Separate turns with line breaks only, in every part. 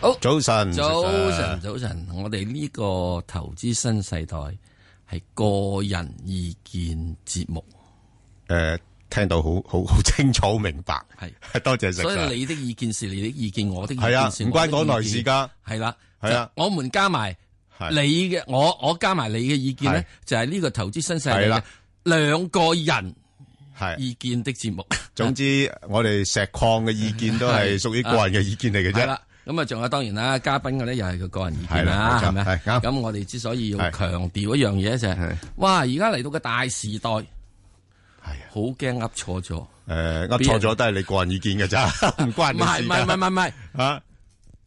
好
早晨
早晨，早晨，我哋呢個投資新世代係個人意見節目，
诶，聽到好好好清楚明白，
係
多謝石
所
Sir
以你的意見是你的意見，我的意
係啊
見是
唔關港台事㗎，
係啦，
係啊
就我們加埋
係
你嘅，我我加埋你嘅意見
係
咧，就係呢個投資新世代
係
嘅
啦
兩個人
係。
意見的節目。
總之，我哋石礦嘅意見都係屬於個人嘅意見嚟嘅
系
啫。
啦，咁啊，仲有當然啦，嘉賓嘅咧又係佢個人意
係
見啦，
啦冇錯
係咪？啊
係啱
咁我哋之所以要
係
強調一樣嘢就係
係，
哇！而家嚟到個大時代，好
係啊，
驚噏錯咗，唔
诶，噏錯咗都係你個人意見嘅咋，唔關你
係唔
事
係唔係
㗎。
唔係唔係，
啊，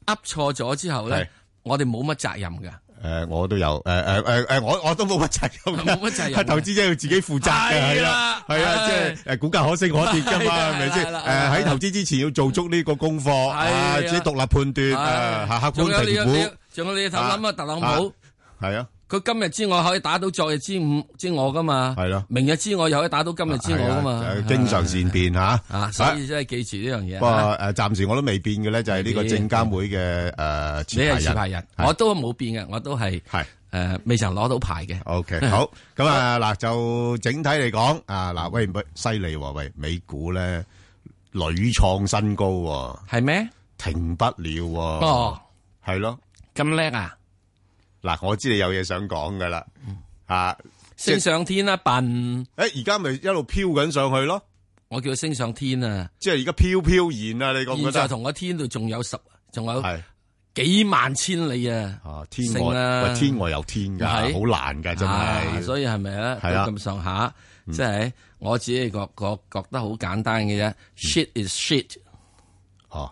噏錯咗之後咧
係，
我哋冇乜責任㗎。
诶，我都有，诶诶诶诶，我我都冇乜責任㗎，
冇乜責任㗎
投資者要自己負責嘅，
係
係
啦
啦，係啊，
唉
即係诶，股價可升可跌噶
係啦
嘛，係咪
係
先？
啦
诶，
係
喺
啦
投資之前要做足呢個功課，
係啊
啊，自己獨立判斷，
唉
啊，客
仲
觀
有你
評
要你要
估，
仲有你要頭諗啊，
啊
特朗普。
係啊。
佢今日知我可以打到昨日之午之我噶嘛？
係咯
明日知我又可以打到今日知我噶嘛
係啊？誒經常善變嚇。
啊，所以真係記住呢樣嘢
不過
啊。
誒，暫時我都未變嘅咧，就係呢個
未
證
變
監會嘅誒
你係持
持
牌
牌
人
人，，
我都冇變嘅，我都
係
係
係
誒未曾攞到牌嘅。
OK 好。咁啊嗱，就整體嚟講啊嗱，喂唔係犀利喎，喂美股咧屢創新高喎，
係咩？
停不了喎
哦，，
係咯。
咁叻啊！
嗱，我知你有嘢想講噶啦，啊即
升上天啦，笨！
誒而家咪一路飄緊上去咯，
我叫佢升上天啊！
即係而家飄飄然啊，你覺唔覺
現在
得？
同我天度仲有十，仲有
係。
幾萬千里啊！
啊！天
成啦
外喂，天外有天噶，
係
好難噶，真
啊，
係。
所以係咪咧？
係嗯啊
到咁上下，即係我自己覺覺覺得好簡單嘅啫。Shit is shit，
哦，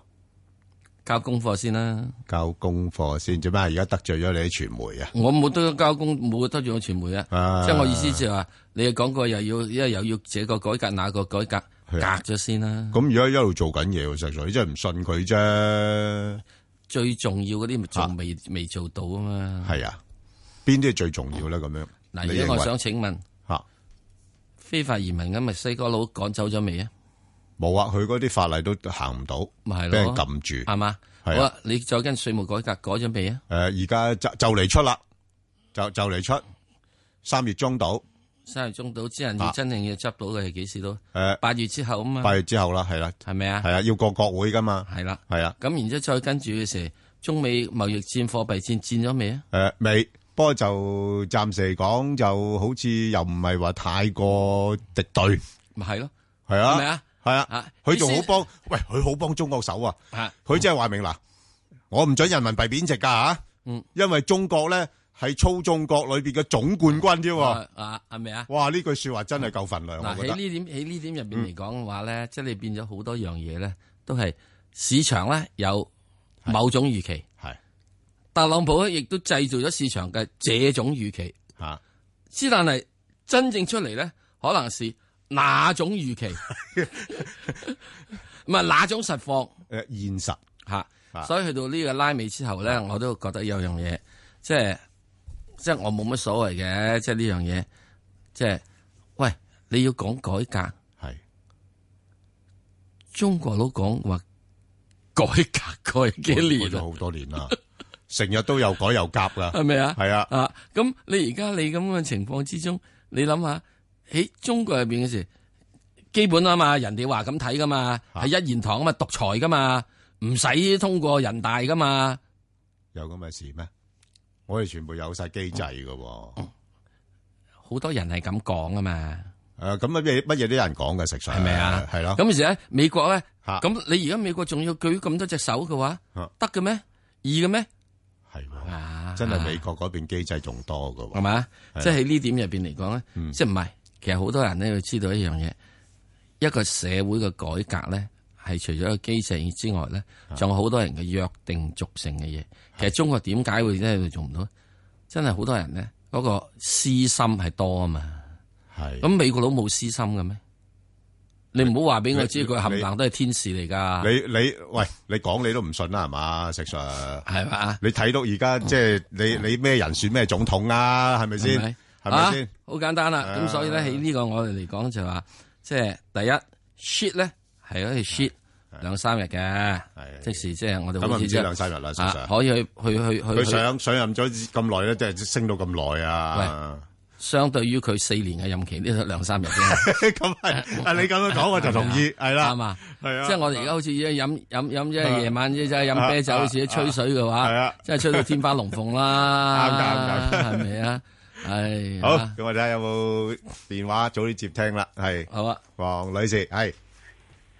交功課先啦。
交功課先，做咩？而家得罪咗你啲傳媒啊？
我冇得交工，冇得罪我傳媒啊！
啊
即係我意思就係話，你講過又要，因為又要這個改革那個改革，隔
係啊
咗先啦。
咁而家一路做緊嘢喎，實在你真係唔信佢啫。
最重要嗰啲咪仲未未做到啊嘛。
係啊，邊啲係最重要咧？咁樣
嗱，
你
而
認
家我
為
想請問，
嚇
非法移民咁墨西哥佬趕走咗未啊？
冇啊，佢嗰啲法例都行唔到，
咪係
俾
咯
人撳住。
係嘛？好
係啊
啊，你再跟稅務改革改咗未啊？
誒，而家就就嚟出啦，就就嚟出三月中到，
三月中到之人要
啊
真正要執到嘅係幾時到？
誒
八月之後啊嘛
八，月之後啦，係啦，
係咪啊
係？啊，要過國會噶嘛，
係啦，
係啊。
咁然之後再跟住嘅時，中美貿易戰、貨幣戰戰咗未啊？
诶、未，不過就暫時嚟講，就好似又唔係話太過敵對，
咪係咯，
係
係
啊，
咪啊？
係啊
啊，
佢仲好
意思
幫，喂，佢好幫中國手啊！
嚇
佢即係話明嗱，我唔准人民幣貶值㗎吓，
嗯
因為中國咧係操縱國裏边嘅總冠軍添喎。
啊啊係咪啊？
哇！呢句说話真係夠份量，
嗱
我覺
喺
得嗯
呢點喺呢點入邊嚟講嘅話咧，即係你變咗好多樣嘢咧，都係市場咧有某種預期，
係
特朗普咧亦都製造咗市場嘅這種預期。
吓，
之但係真正出嚟咧，可能是哪種預期，唔係哪種實況
诶现实
吓。
啊
所以去到呢個拉尾之後咧，我都覺得有樣嘢，即係即係我冇乜所謂嘅，即係呢樣嘢，即係喂你要講改革，
係
中國佬講話改革過去幾
過
年啊
咗好多年啦，成日都又改又夾 㗎，
係咪啊？
係啊，
啊，咁你而家你咁嘅情況之中，你諗下喺中國入邊嘅時，基本啊嘛，人哋話咁睇噶嘛，係一言堂啊嘛，獨裁噶嘛，唔使通過人大噶嘛，
有咁嘅事咩？我哋全部有晒機制㗎喎。
嗯好多人係咁講啊嘛，
诶，咁啊乜嘢乜嘢都有人講嘅，食上
係咪啊？
係咯，
咁而且美國咧，
嚇
咁你而家美國仲要舉咁多隻手嘅話
啊，
得嘅咩？易嘅咩？
係喎，
啊，
真係美國嗰邊機制仲多嘅
係
喎，
咪啊？
係
即係喺呢點入邊嚟講咧，
嗯
即係唔係？其實好多人咧要知道一樣嘢，一個社會嘅改革咧，係除咗個機制之外咧，
啊
仲有好多人嘅約定俗成嘅嘢。其實中國點解會真係做唔到？真係好多人咧嗰個私心係多啊嘛。
係
咁美國佬冇私心嘅咩？你唔好話俾我知
你
佢冚唪唥都係天使嚟㗎，
你你喂，你講你都唔信啦係嘛，食上
係嘛？
你睇到而家即係你你咩人選咩總統啊？係咪先？係咪
啊
先？
好簡單啦，咁
啊
所以咧喺呢個我哋嚟講就話，即係第一 shit 咧係可以 shit，兩三日嘅，
啊係
即時即係我哋
咁啊
好似
唔
即
止
係
兩三日啦，實
啊
上
可以去去去
佢
去去，
上上任咗咁耐咧，即係升到咁耐啊！
相對於佢四年嘅任期呢兩三日啫，
咁係啊，你咁樣講我就同意，係啦
啱，啊。
係啊，
即係我哋而家好似而家飲飲飲，即係夜晚即係飲啤酒，好似吹水嘅
啊係
話
啊，
即係吹到天花龍鳳啦，
啱㗎啱㗎
係咪 啊？係
好，咁我睇下有冇電話早啲接聽啦，係
好啊，
黃女士，係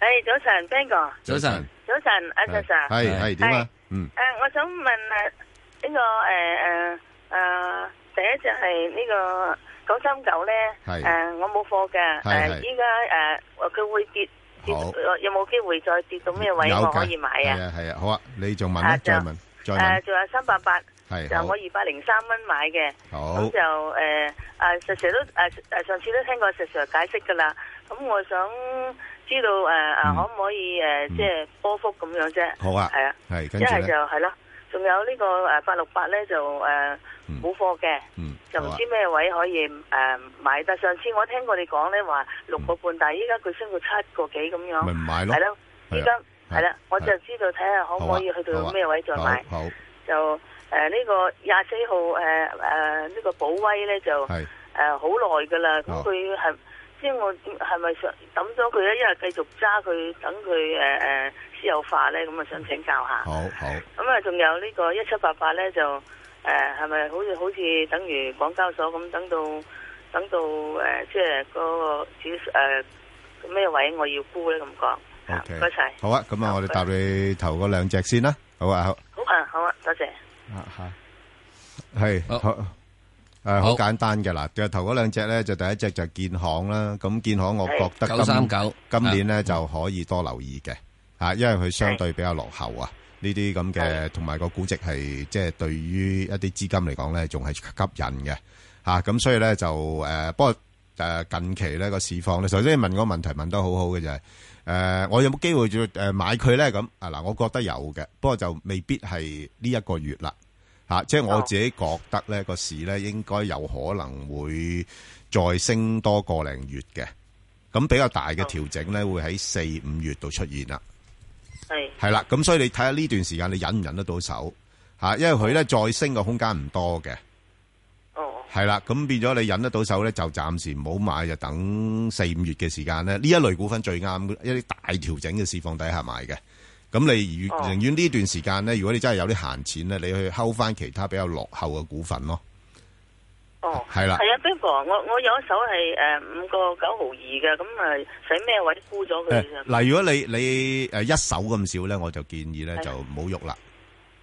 诶，早晨，Ben 哥，
早晨，
早晨，阿 Sir Sir，诶、
係係點啊？嗯，
我想問诶呢、個个诶诶诶，第一隻係呢個九三九咧，
係
诶、我冇貨嘅，
係
诶
係
依家诶佢會跌跌，
好
呃有冇機會再跌到咩位
有
我
㗎
可以買
係
啊？
啊係啊，好啊，你仲問
啊
啦，
就
再問，再
诶，
問，
仲有三八八，就
係
我二百零三蚊買嘅，
好，好
咁，就诶诶，Sir Sir 都诶诶，上次都聽過 Sir Sir 解釋噶啦，咁我想知道诶诶、
嗯
可唔可以诶、
嗯
即係波幅咁樣啫？
好啊，
係啊。
係跟
一
住
係就
咧，
係咯，仲有呢個诶八六八咧就诶
嗯
冇貨嘅，
嗯，
就
好
唔
啊
知咩位可以诶買。但上次我聽過你講咧話六個半，但係依家佢升到七個幾咁
嗯咪唔
樣，
買咯
係，咯，
係啊
依家
係啊
係啦，我就
係
知道睇下可
好
唔
啊
可以去
好啊
到咩位再
好
買。
好
就诶呢個廿四號诶诶呢個寶威咧就
係
诶好耐㗎啦，
哦
咁佢係即係我係咪想抌咗佢咧？因為繼續揸佢，等佢诶诶私有化咧，咁啊想請教下。
好好
咁啊，仲有呢個一七八八咧，就誒係咪好似好似等於港交所咁，等到等到誒、呃即係嗰個指誒咩位我要沽咧咁講？啊唔
，OK，
該晒，
好啊，咁啊，我哋答你頭嗰兩隻先啦，好啊，好。
好啊，好啊，多謝。
係，
好。
好。誒，
好。
好簡單嘅啦，就頭嗰兩隻呢，就第一隻就建行啦，咁建行我
係。
覺得
九三
今-
九，啊
今年呢，就可以多留意嘅，嚇，因為佢相對比較落後啊，呢啲咁嘅，
係。
啊呃呃同埋個估值係即係對於一啲資金嚟講呢，仲係吸引嘅，嚇，咁所以呢，就，誒，不過，誒，近期呢，個市況呢，首先你問我問題問得好好嘅就係，誒，我有冇機會再，誒，買佢呢？咁，啊，嗱，我覺得有嘅，不過就未必係呢一個月啦。吓、即係我自己覺得咧個市咧應該有可能會再升多個零月嘅，咁比較大嘅調整咧會喺四五月度出現啦。
係
係啦，咁所以你睇下呢段時間你忍唔忍得到手吓、因為佢咧再升嘅空間唔多嘅，
哦，
係啦，咁變咗你忍得到手咧就暫時唔好買，就等四五月嘅時間咧，呢一類股份最啱一啲大調整嘅市況底下買嘅。咁你如
哦
寧願呢段時間咧，如果你真係有啲閒錢咧，你去睺翻其他比較落後嘅股份咯。
哦，
係啦
係啊 b i 哥，我我有一手係誒五個九毫二嘅，咁啊使咩位沽咗佢
誒
啫？
嗱，如果你你呃誒一手咁少咧，我就建議咧
係
就唔好喐啦，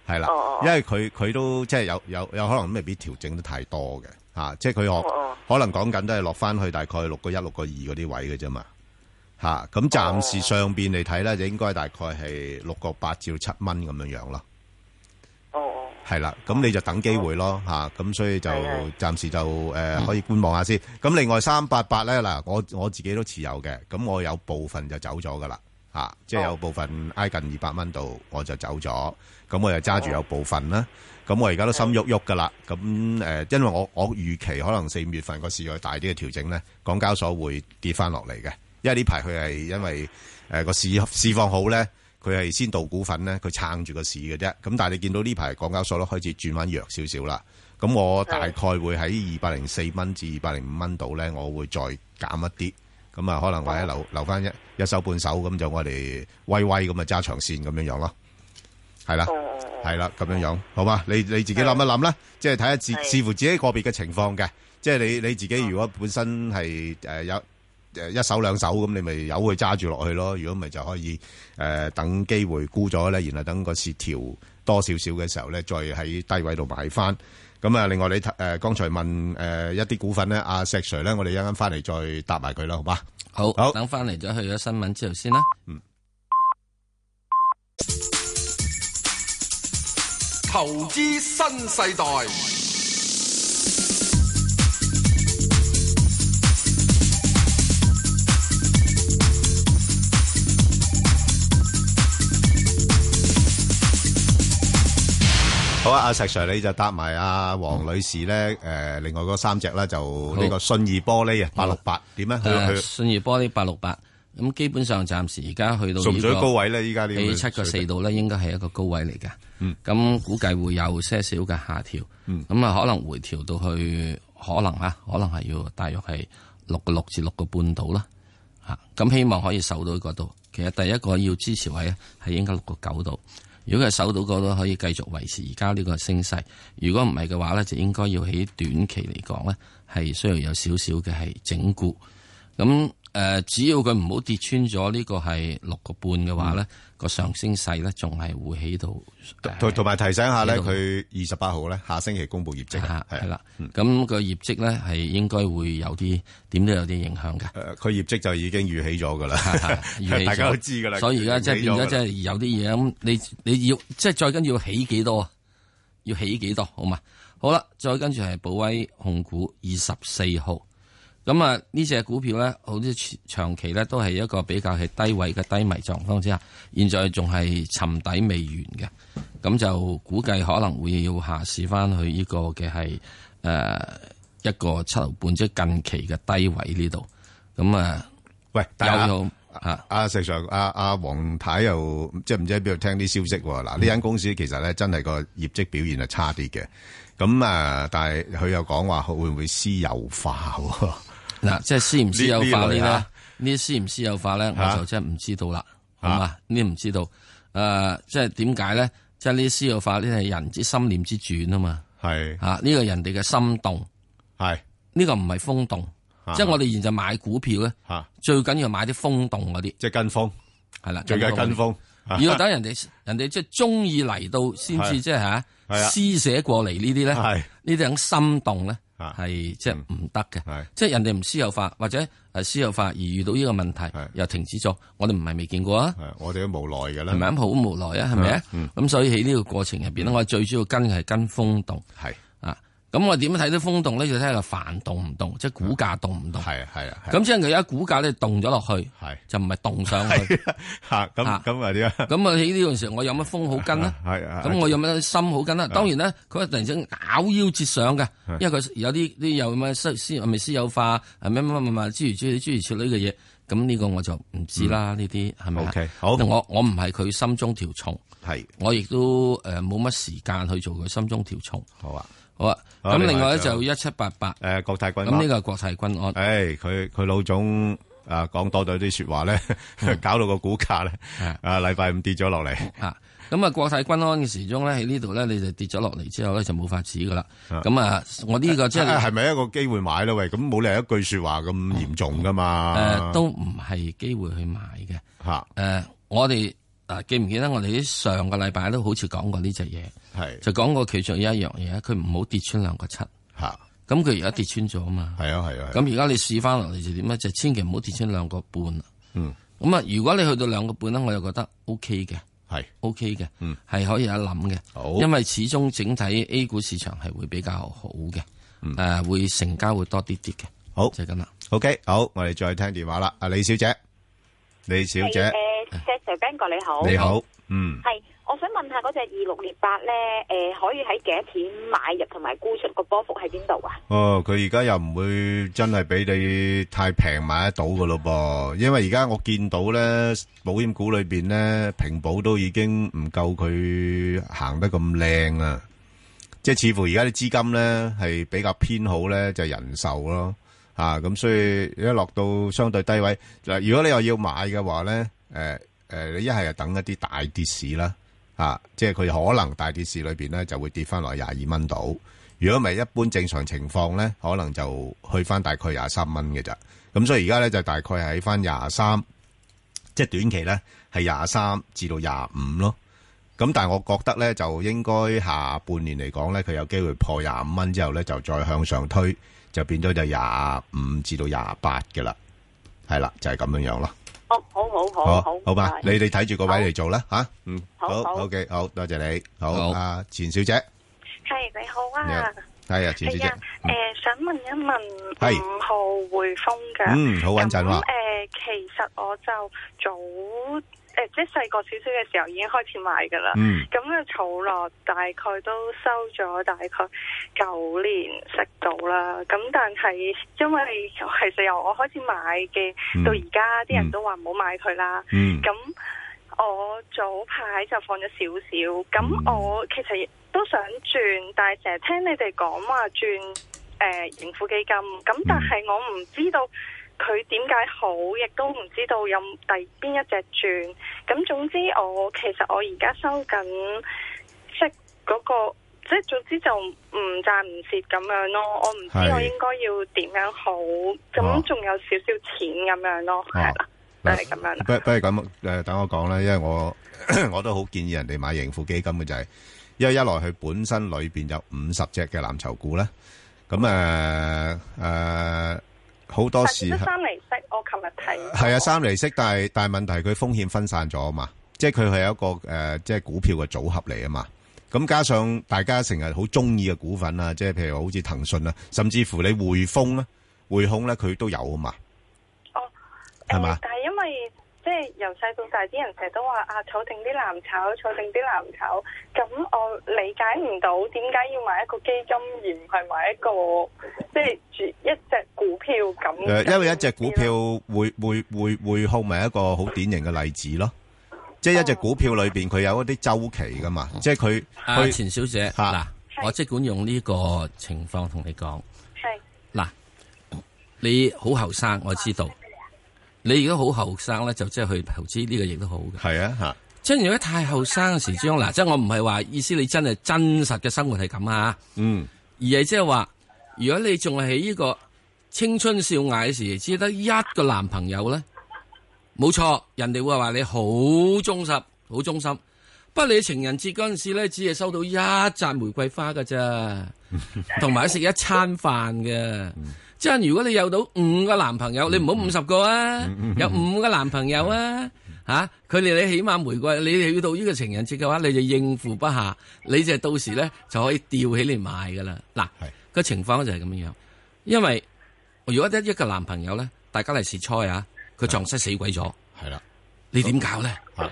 係啦
哦哦，哦
因為佢佢都即係有有有可能未必調整得太多嘅嚇、啊即係佢
哦哦
可可能講緊都係落翻去大概六個一、六個二嗰啲位嘅啫嘛嚇。咁、暫時
哦
上邊嚟睇咧，就應該大概係六個八至到七蚊咁樣樣咯，
哦哦，
係啦。咁你就等機會咯嚇，咁、所以就
係係嗯
暫時就誒、可以觀望下先。咁另外三八八咧嗱，我我自己都持有嘅，咁我有部分就走咗噶啦，嚇、即係
哦
有部分挨近二百蚊度我就走咗，咁我又揸
哦
住有部分啦。咁我而家都心喐喐噶啦，咁誒、因為我我預期可能四五月份個市有大啲嘅調整咧，港交所會跌翻落嚟嘅，因為呢排佢係因為誒個、市市況好咧，佢係先導股份咧，佢撐住個市嘅啫。咁但係你見到呢排港交所都開始轉翻弱少少啦，咁我大概會喺二百零四蚊至二百零五蚊度咧，我會再減一啲。咁啊，可能或者留留翻一一手半手咁就我哋威威咁啊揸長線咁樣樣咯，係啦
哦。哦哦，
系啦，咁樣樣，好嘛？你你自己諗一諗啦，即係睇下自
係
視乎自己個別嘅情況嘅，即係你你自己如果本身係诶有诶一手兩手咁，你咪由佢揸住落去咯。如果唔係就可以诶、誒等機會沽咗咧，然後等個市調多少少嘅時候咧，再喺低位度買翻。咁啊，另外你誒、誒剛才問誒、一啲股份咧，阿、石 Sir 咧，我哋一陣翻嚟再答埋佢啦，好嘛？好
好，等翻嚟咗去咗新聞之後先啦。
投資新世代，
好啊，阿石 Sir 你就答埋阿黃女士咧，誒、另外嗰三隻啦，就呢個信義玻璃啊，八六八點咧？佢
誒
佢
信義玻璃八六八咁基本上暫時而家去到
屬唔
呢
屬於高
個
位咧？依家呢
喺
個
七個
水
四
平
度咧，應該係一個高位嚟嘅。
嗯
咁估計會有些少嘅下調。
嗯
咁啊可能回調到去可能啊，可能係要大約係六個六至六個半度啦。嚇，咁希望可以守到嗰度。其實第一個要支持位咧係應該六個九度。如果佢守到嗰度，可以繼續維持而家呢個升勢。如果唔係嘅話咧，就應該要喺短期嚟講咧，係需要有少少嘅係整固。咁誒、呃只要佢唔好跌穿咗呢個係六個半嘅話咧，個、上升勢咧仲係會喺度。呃
同同埋提醒下咧，
呢度
佢二十八號咧下星期公布業績
嚇
啊，
係
係
啦，咁個業績咧係應該會有啲點都有啲影響嘅。
誒佢業績就已經預起咗噶啦，
啊 預起咗
啊大家都知噶啦。
所以而家即係變咗，即
係
係有啲嘢咁，你你要即係再跟住要起幾多啊？要起幾多好嘛？好啦，再跟住係保威控股二十四號，咁啊呢只股票咧，好似長期咧都係一個比較係低位嘅低迷狀況之下，現在仲係沉底未完嘅，嗯咁就估計可能會要下試翻去呢個嘅係誒一個七毫半，即係近期嘅低位呢度，咁啊
喂，
有
但係
咗啊。
阿石 Sir，阿阿黃太又即係唔知喺邊度聽啲消息喎。嗱，呢間公司其實咧真係個業績表現係差啲嘅。咁啊，但係佢又講話會唔會私有化喎？
嗱，即係私唔私有化呢
呢呢類
啲咧
啊？
呢啲私唔私有化咧，
啊
我就真係唔知道啦，好
啊
嘛？呢啲唔知道，誒，即係點解咧？即係呢啲私有化呢啲係人之心念之轉啊嘛，
係
嚇呢個人哋嘅心動，
係，
呢個唔係風動，即係我哋現在買股票咧，
嚇，
最緊要買啲風動嗰啲，
即係跟風，
係啦，
最緊係跟 風。
嗰啲。要等人哋，人哋即係中意嚟到先
係
至即係嚇
係啊
施捨過嚟呢啲咧，呢
係
啲等心動咧
啊
係即係唔得嘅。
係
即係人哋唔私有化，或者誒私有化而遇到呢個問
係
題又停止咗，我哋唔係未見過啊，
係，嗯我哋都無奈㗎啦。
係咪咁好無奈啊？係咪啊？咁所以喺呢個過程入邊咧，我最主要跟嘅係跟風動
係
啊。咁我點樣睇到風動咧？就睇下個帆動唔動，即係股價動唔動。
係啊係啊，係
咁即係佢而家股價咧動咗落去，
係啊
就唔係動上去。
嚇咁
啊
咁啊點啊？
咁啊喺呢個時候，我有乜風好跟咧？
係啊，
咁我有乜心好緊啦？啊當然咧，佢係突然之間咬腰折上嘅，
啊
因為佢有啲啲有乜私私係咪私有化係咩乜乜乜諸如諸如諸如此類嘅嘢。咁呢個我就唔知啦，呢啲係咪啊
嗯 OK，好
我我唔係佢心中條蟲，
係
我亦都誒冇乜時間去做佢心中條蟲。
好啊。
好啊，
好
咁另外
另外
咧
就
就一七八八，
誒，國泰君安。啊
咁呢個係國泰 君安。
誒，佢-佢老總，啊，講多咗啲說話呢，
嗯
搞到個股價呢，
係。
啊，禮拜五跌咗落嚟。
啊，咁啊，國泰君安嘅時鐘咧喺呢度咧，你就跌咗落嚟之後咧就冇法子噶啦。
啊
咁啊，我呢個即 係。
係咪一個機會買呢？喂，咁冇理由一句說話咁嚴重㗎嘛。
誒、呃都唔係機會去買嘅。誒、
嚇，係，
呃我哋誒記唔記得我哋喺上個禮拜都好似講過呢只嘢，就講過其中有一樣嘢，佢唔好跌穿兩個七。咁佢而家跌穿咗啊嘛。
嚇，係啊，係啊，係啊，
咁而家你試翻落嚟就點咧？就千祈唔好跌穿兩個半啦。
嗯。
咁啊，如果你去到兩個半咧，我又覺得 O K 嘅，O K 嘅，
嗯
係可以有得諗嘅。
係，好，
因為始終整體 A 股市場係會比較好嘅，誒、
嗯
會成交會多啲啲嘅，就係咁啦。
好，OK，好，我哋再聽電話啦。啊，李小姐。李小姐，
誒，Sir Ben 哥你好，
你好。嗯
係，我想問下嗰只二六列八咧，誒，可以喺幾多錢買入同埋沽出個波幅喺邊度啊？
哦，佢而家又唔會真係俾你太平買得到㗎咯噃，因為而家我見到呢，保險股裏面呢，平保都已經唔夠佢行得咁靚啊。即係似乎而家啲資金呢，係比較偏好呢，就人壽咯，啊，咁所以一落到相對低位，嗱，如果你又要買嘅話呢，誒，誒，你一係就等一啲大跌市啦，啊，即係佢可能大跌市裏面呢，就會跌返落去22蚊度。如果唔係一般正常情況咧，可能就去翻大概廿三蚊嘅咋。咁所以而家咧就大概喺翻廿三，即係短期咧係廿三至到廿五咯。咁但係我覺得咧就應該下半年嚟講咧，佢有機會破廿五蚊之後咧就再向上推，就變咗就廿五至到廿八嘅啦。係啦，就係、咁樣樣咯。
好
哦
好好好好，
好嘛，
唔
你
該
哋睇住個位嚟做啦吓，嗯，
好
好
好
OK，好多謝你。好，
好
阿錢小姐，
系你好
你好
啊，
係啊，錢小
系
姐
啊，，诶、想問一問
係
五號匯豐嘅，
嗯，好穩陣
啊咁呃
喎。
诶、其實我就早诶、即係細個少少嘅時候已經開始買噶啦。
嗯，
咁啊，儲落大概都收咗大概九年食到啦。咁但係因為其實由我開始買嘅
嗯
到而家，啲
嗯
人都話唔好買佢啦。
嗯，
咁我早排就放咗少少，
嗯
咁我其實都想轉，但係成日聽你哋講話轉誒盈富基金，
嗯
咁但係我唔知道佢點解好，亦都唔知道有第邊一隻轉。咁總之我其實我而家收緊息嗰個。即係總之就唔賺唔蝕咁樣咯，我唔知
係
我應該要點樣好，
哦
咁仲有少少錢咁樣咯，係啦，就
嗱
係咁樣啦。
不不如咁诶，等我講啦，因為我 我都好建議人哋買盈富基金嘅就係，因為一來佢本身裏边有五十隻嘅藍籌股啦，
嗯
咁诶诶好多時係
但係得三厘息，我琴日睇
係啊，三厘息，但係但系问题佢風險分散咗啊嘛，即係佢係一個诶、呃即係股票嘅組合嚟啊嘛。咁加上大家成日好中意嘅股份啊，即係譬如好似騰訊啊，甚至乎你匯豐啦、匯控咧，佢都有啊嘛。
哦，
係嘛
誒但係因為即係由細到大，啲人成日都話啊，儲定啲藍籌，儲定啲藍籌。咁我理解唔到點解要買一個基金，而唔係買一個即係住一隻股票咁。
诶、呃因為一隻股票匯匯匯匯控咪一個好典型嘅例子咯。即係一隻股票裏边佢有一啲周期噶嘛，即係佢
阿
佢
钱小姐，
嚇
嗱，我即管用呢個情況同你講。
係
嗱，你好後生，我知道。你如果好後生咧，就即係去投資呢個亦都好嘅。
係啊吓，
即係如果太後生時之中，嗱，即係我唔係話意思你真係真實嘅生活係咁啊，
嗯
而係即係話，如果你仲係喺呢個青春少艾嘅時，只得一個男朋友咧，冇錯，人哋會話你好忠實、好忠心。不過你情人節嗰陣時咧，只係收到一扎玫瑰花㗎咋，同埋食一餐飯嘅。即係如果你有到五個男朋友，你唔好五十個啊，有五個男朋友啊，吓佢哋你起碼玫瑰，你去到呢個情人節嘅話，你就應付不下，你就到時咧就可以吊起嚟賣噶啦。嗱
係，
個情況就係咁樣樣，因為如果得一個男朋友咧，大家嚟試猜啊，佢撞失死鬼咗，
系啦
你點搞咧？
吓，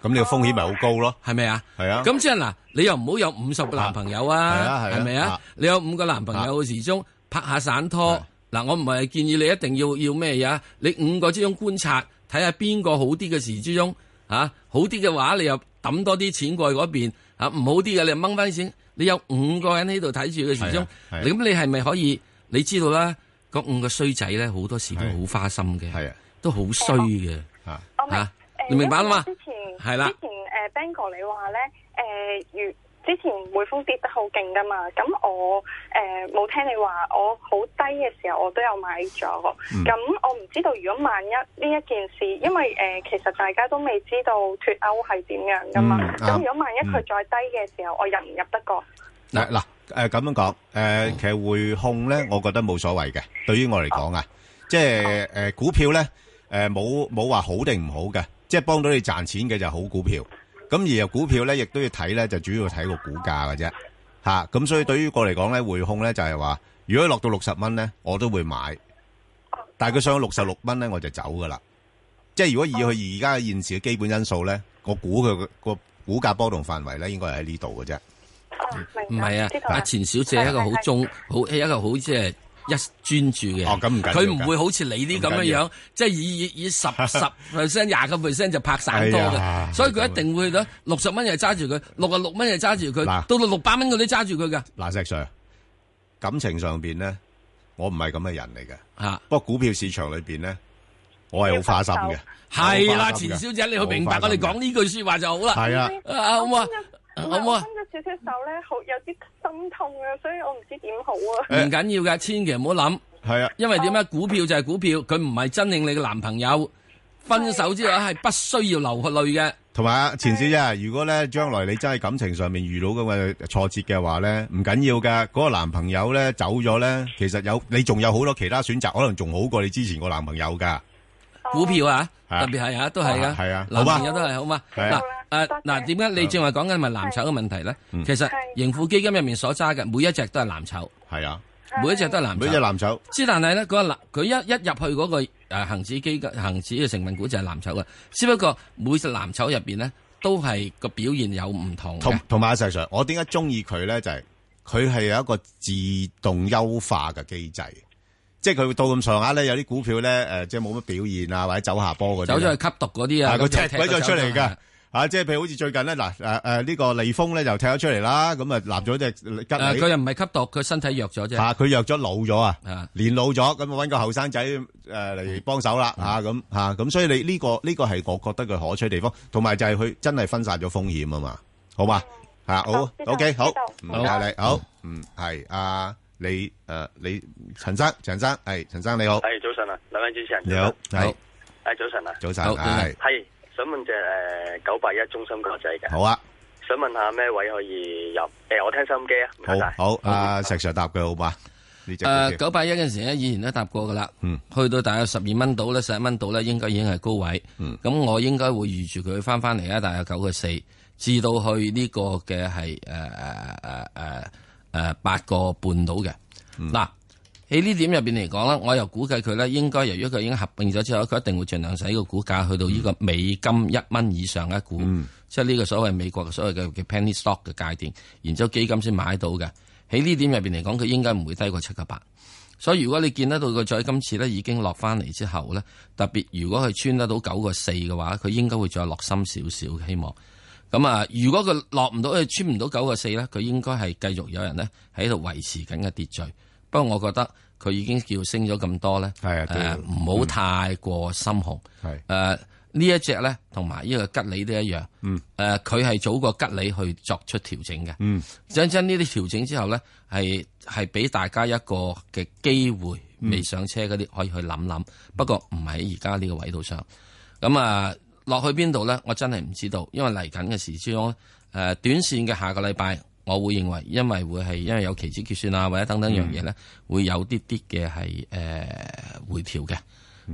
咁你個風險咪好高咯，
係咪啊？
係啊。
咁即係嗱，你又唔好有五十個男朋友
係啊
啊，
係啊
係咪
啊
啊？你有五個男朋友時鐘拍下散拖
係，
嗱，我唔係建議你一定要要咩嘢啊，你五個之中觀察，睇下邊個好啲嘅時之中，啊，好啲嘅話你又抌多啲錢過去嗰邊，啊，唔好啲嘅你又掹翻啲錢，你有五個人喺度睇住嘅時
係
鐘
啊，係啊
你咁你係咪可以？你知道啦，嗰五個衰仔咧好多時都
係
好花心嘅，
係啊
都好衰嘅，
吓。
我明
嚇
誒
你明白啦嘛
因為之前
係啦
之前誒 Bang 哥你話咧誒，如之前匯豐跌得好勁噶嘛，咁我誒冇、聽你話，我好低嘅時候我都有買咗，咁、
嗯
我唔知道如果萬一呢一件事，因為誒、呃其實大家都未知道脱歐係點樣噶嘛，
嗯
咁、
啱
如果萬一佢再低嘅時候，我入唔入得過？
嗱嗱，诶咁樣講，诶其實匯控咧，我覺得冇所謂嘅。對於我嚟講啊，即係诶股票咧，诶冇冇話好定唔好嘅，即係幫到你賺錢嘅就好股票。咁而股票咧，亦都要睇咧，就主要睇個股價嘅啫。吓、咁所以對於我嚟講咧，匯控咧就係話，如果落到六十蚊咧，我都會買。但係佢上到六十六蚊咧，我就走噶啦。即係如果以佢而家嘅現時嘅基本因素咧，我估佢個個股價波動範圍咧，應該係喺呢度嘅啫。
哦，
唔
明白
係啊
知，道啦
阿錢小姐係一個好中好一個好即係一專注嘅人。
哦咁唔緊要
佢
㗎
唔會好似你啲咁
唔緊
樣
要
樣，即係以以 以十十 percent 廿個 percent 就拍散多
哎呀
嘅，所以佢一定會去到六十蚊又揸住佢，六啊六蚊又揸住佢，
嗱
到到六百蚊佢都揸住佢嘅
嗱，石 Sir，感情上边咧，我唔係咁嘅人嚟嘅。
嚇。
不過股票市場裏边咧，我係好花心嘅。
係
好
啦，
花心
錢
嘅
小姐，你去明白我哋講呢句説話就好啦。
係啊，
啊，好唔好啊？
唔係
好唔好
我
啊
分？咗少少手咧，好有啲心痛啊，所以我唔知點好啊。
唔緊要㗎，千祈唔好諗。
係啊，
因為點解股票就係股票，佢唔係真正你嘅男朋友。分手之後係不需要流淚嘅。
同埋啊，錢小姐，如果咧將來你真係感情上面遇到咁嘅挫折嘅話咧，唔緊要噶。嗰、個男朋友咧走咗咧，其實有你仲有好多其他選擇，可能仲好過你之前個男朋友噶。
股票啊，
係啊
特別係啊，都係
啊
噶，
係啊
男
好嘛
朋友都係好嘛。
係啊
嗱誒
多謝
嗱，點解你正話講緊咪藍籌嘅問題咧
嗯？
其實
係
盈富基金入面所揸嘅每一隻都係藍籌，
係啊，
每一隻都係藍
每隻
籌。
藍籌
之但係咧，嗰個藍佢一一入去嗰個誒誒恆指基金恆指嘅成分股就係藍籌嘅，只不過每隻藍籌入邊咧都係個表現有唔同嘅
同-。同埋石Sir，我點解鍾意佢呢？就係佢係有一個自動優化嘅機制。即係佢到咁上下呢，有啲股票呢，誒，即係冇乜表現啊，或者走下坡嗰啲呢，
走咗去吸毒嗰啲啊，
啊，佢
咁就
踢鬼咗
走
出嚟㗎。
啊。
啊，即係譬如好似最近呢，嗱，誒，誒，呢個利豐呢，又踢咗出嚟啦，咁啊，立咗隻吉利。
誒佢又唔係吸毒，佢身體弱咗啫。
啊，佢弱咗腦咗啊，
啊，
年老咗，咁啊，搵個後生仔，誒，嚟幫手啦，啊，咁，啊，咁所以你-呢個-呢個係我覺得佢可取地方，同埋就係佢真係分散咗風險啊嘛，好嘛？啊，好，
知道，
OK，好，
知道，
唔該你，好，嗯，係，啊，李-呃，李陳生，陳生，係，陳生你好，
系早晨啊，兩位主持人。
你好，係，
好。
係早晨啊，
早晨，
好，
係，
早晨。
係想問只诶九八一中芯國際嘅，
好啊，
想問下咩位可以入？诶、我聽收音機啊，唔該晒。
好，好，啊，石Sir答佢好嘛？呢隻
誒
股票。
九八一嗰陣時咧，以前都答過噶啦，
嗯
去到大約十二蚊到咧，十一蚊到咧，應該已經係高位。
嗯
咁我應該會預住佢翻翻嚟啊，大約九個四，至到去呢個嘅係誒誒誒誒誒八個半到嘅。
嗯
嗱喺呢點入邊嚟講咧，我又估計佢咧應該由於佢已經合併咗之後，佢一定會盡量使個股價去到呢個美金一蚊以上一股，
嗯
即係呢個所謂美國嘅所謂嘅嘅 penny stock 嘅界定，然之後基金先買到嘅。喺呢點入邊嚟講，佢應該唔會低過七個八。所以如果你見得到佢再今次咧已經落翻嚟之後咧，特別如果佢穿得到九個四嘅話，佢應該會再落深少少嘅希望。咁啊，如果佢落唔到，佢穿唔到九個四咧，佢應該係繼續有人咧喺度維持緊嘅秩序。不過我覺得佢已經叫升咗咁多咧，
係啊都
誒唔好太過心紅。
係
誒、呃呢一隻咧，同埋呢個吉利都一樣。嗯。誒、佢係早過吉利去作出調整嘅。嗯。真真呢啲調整之後咧，係係俾大家一個嘅機會，未上車嗰啲可以去諗諗。不過唔喺而家呢個位度上。咁啊，落去邊度咧？我真係唔知道，因為嚟緊嘅時之中咧，誒、呃短線嘅下個禮拜，我會認為，因為會係因為有期指結算啊，或者等等樣嘢咧，會有啲啲嘅係誒回調嘅。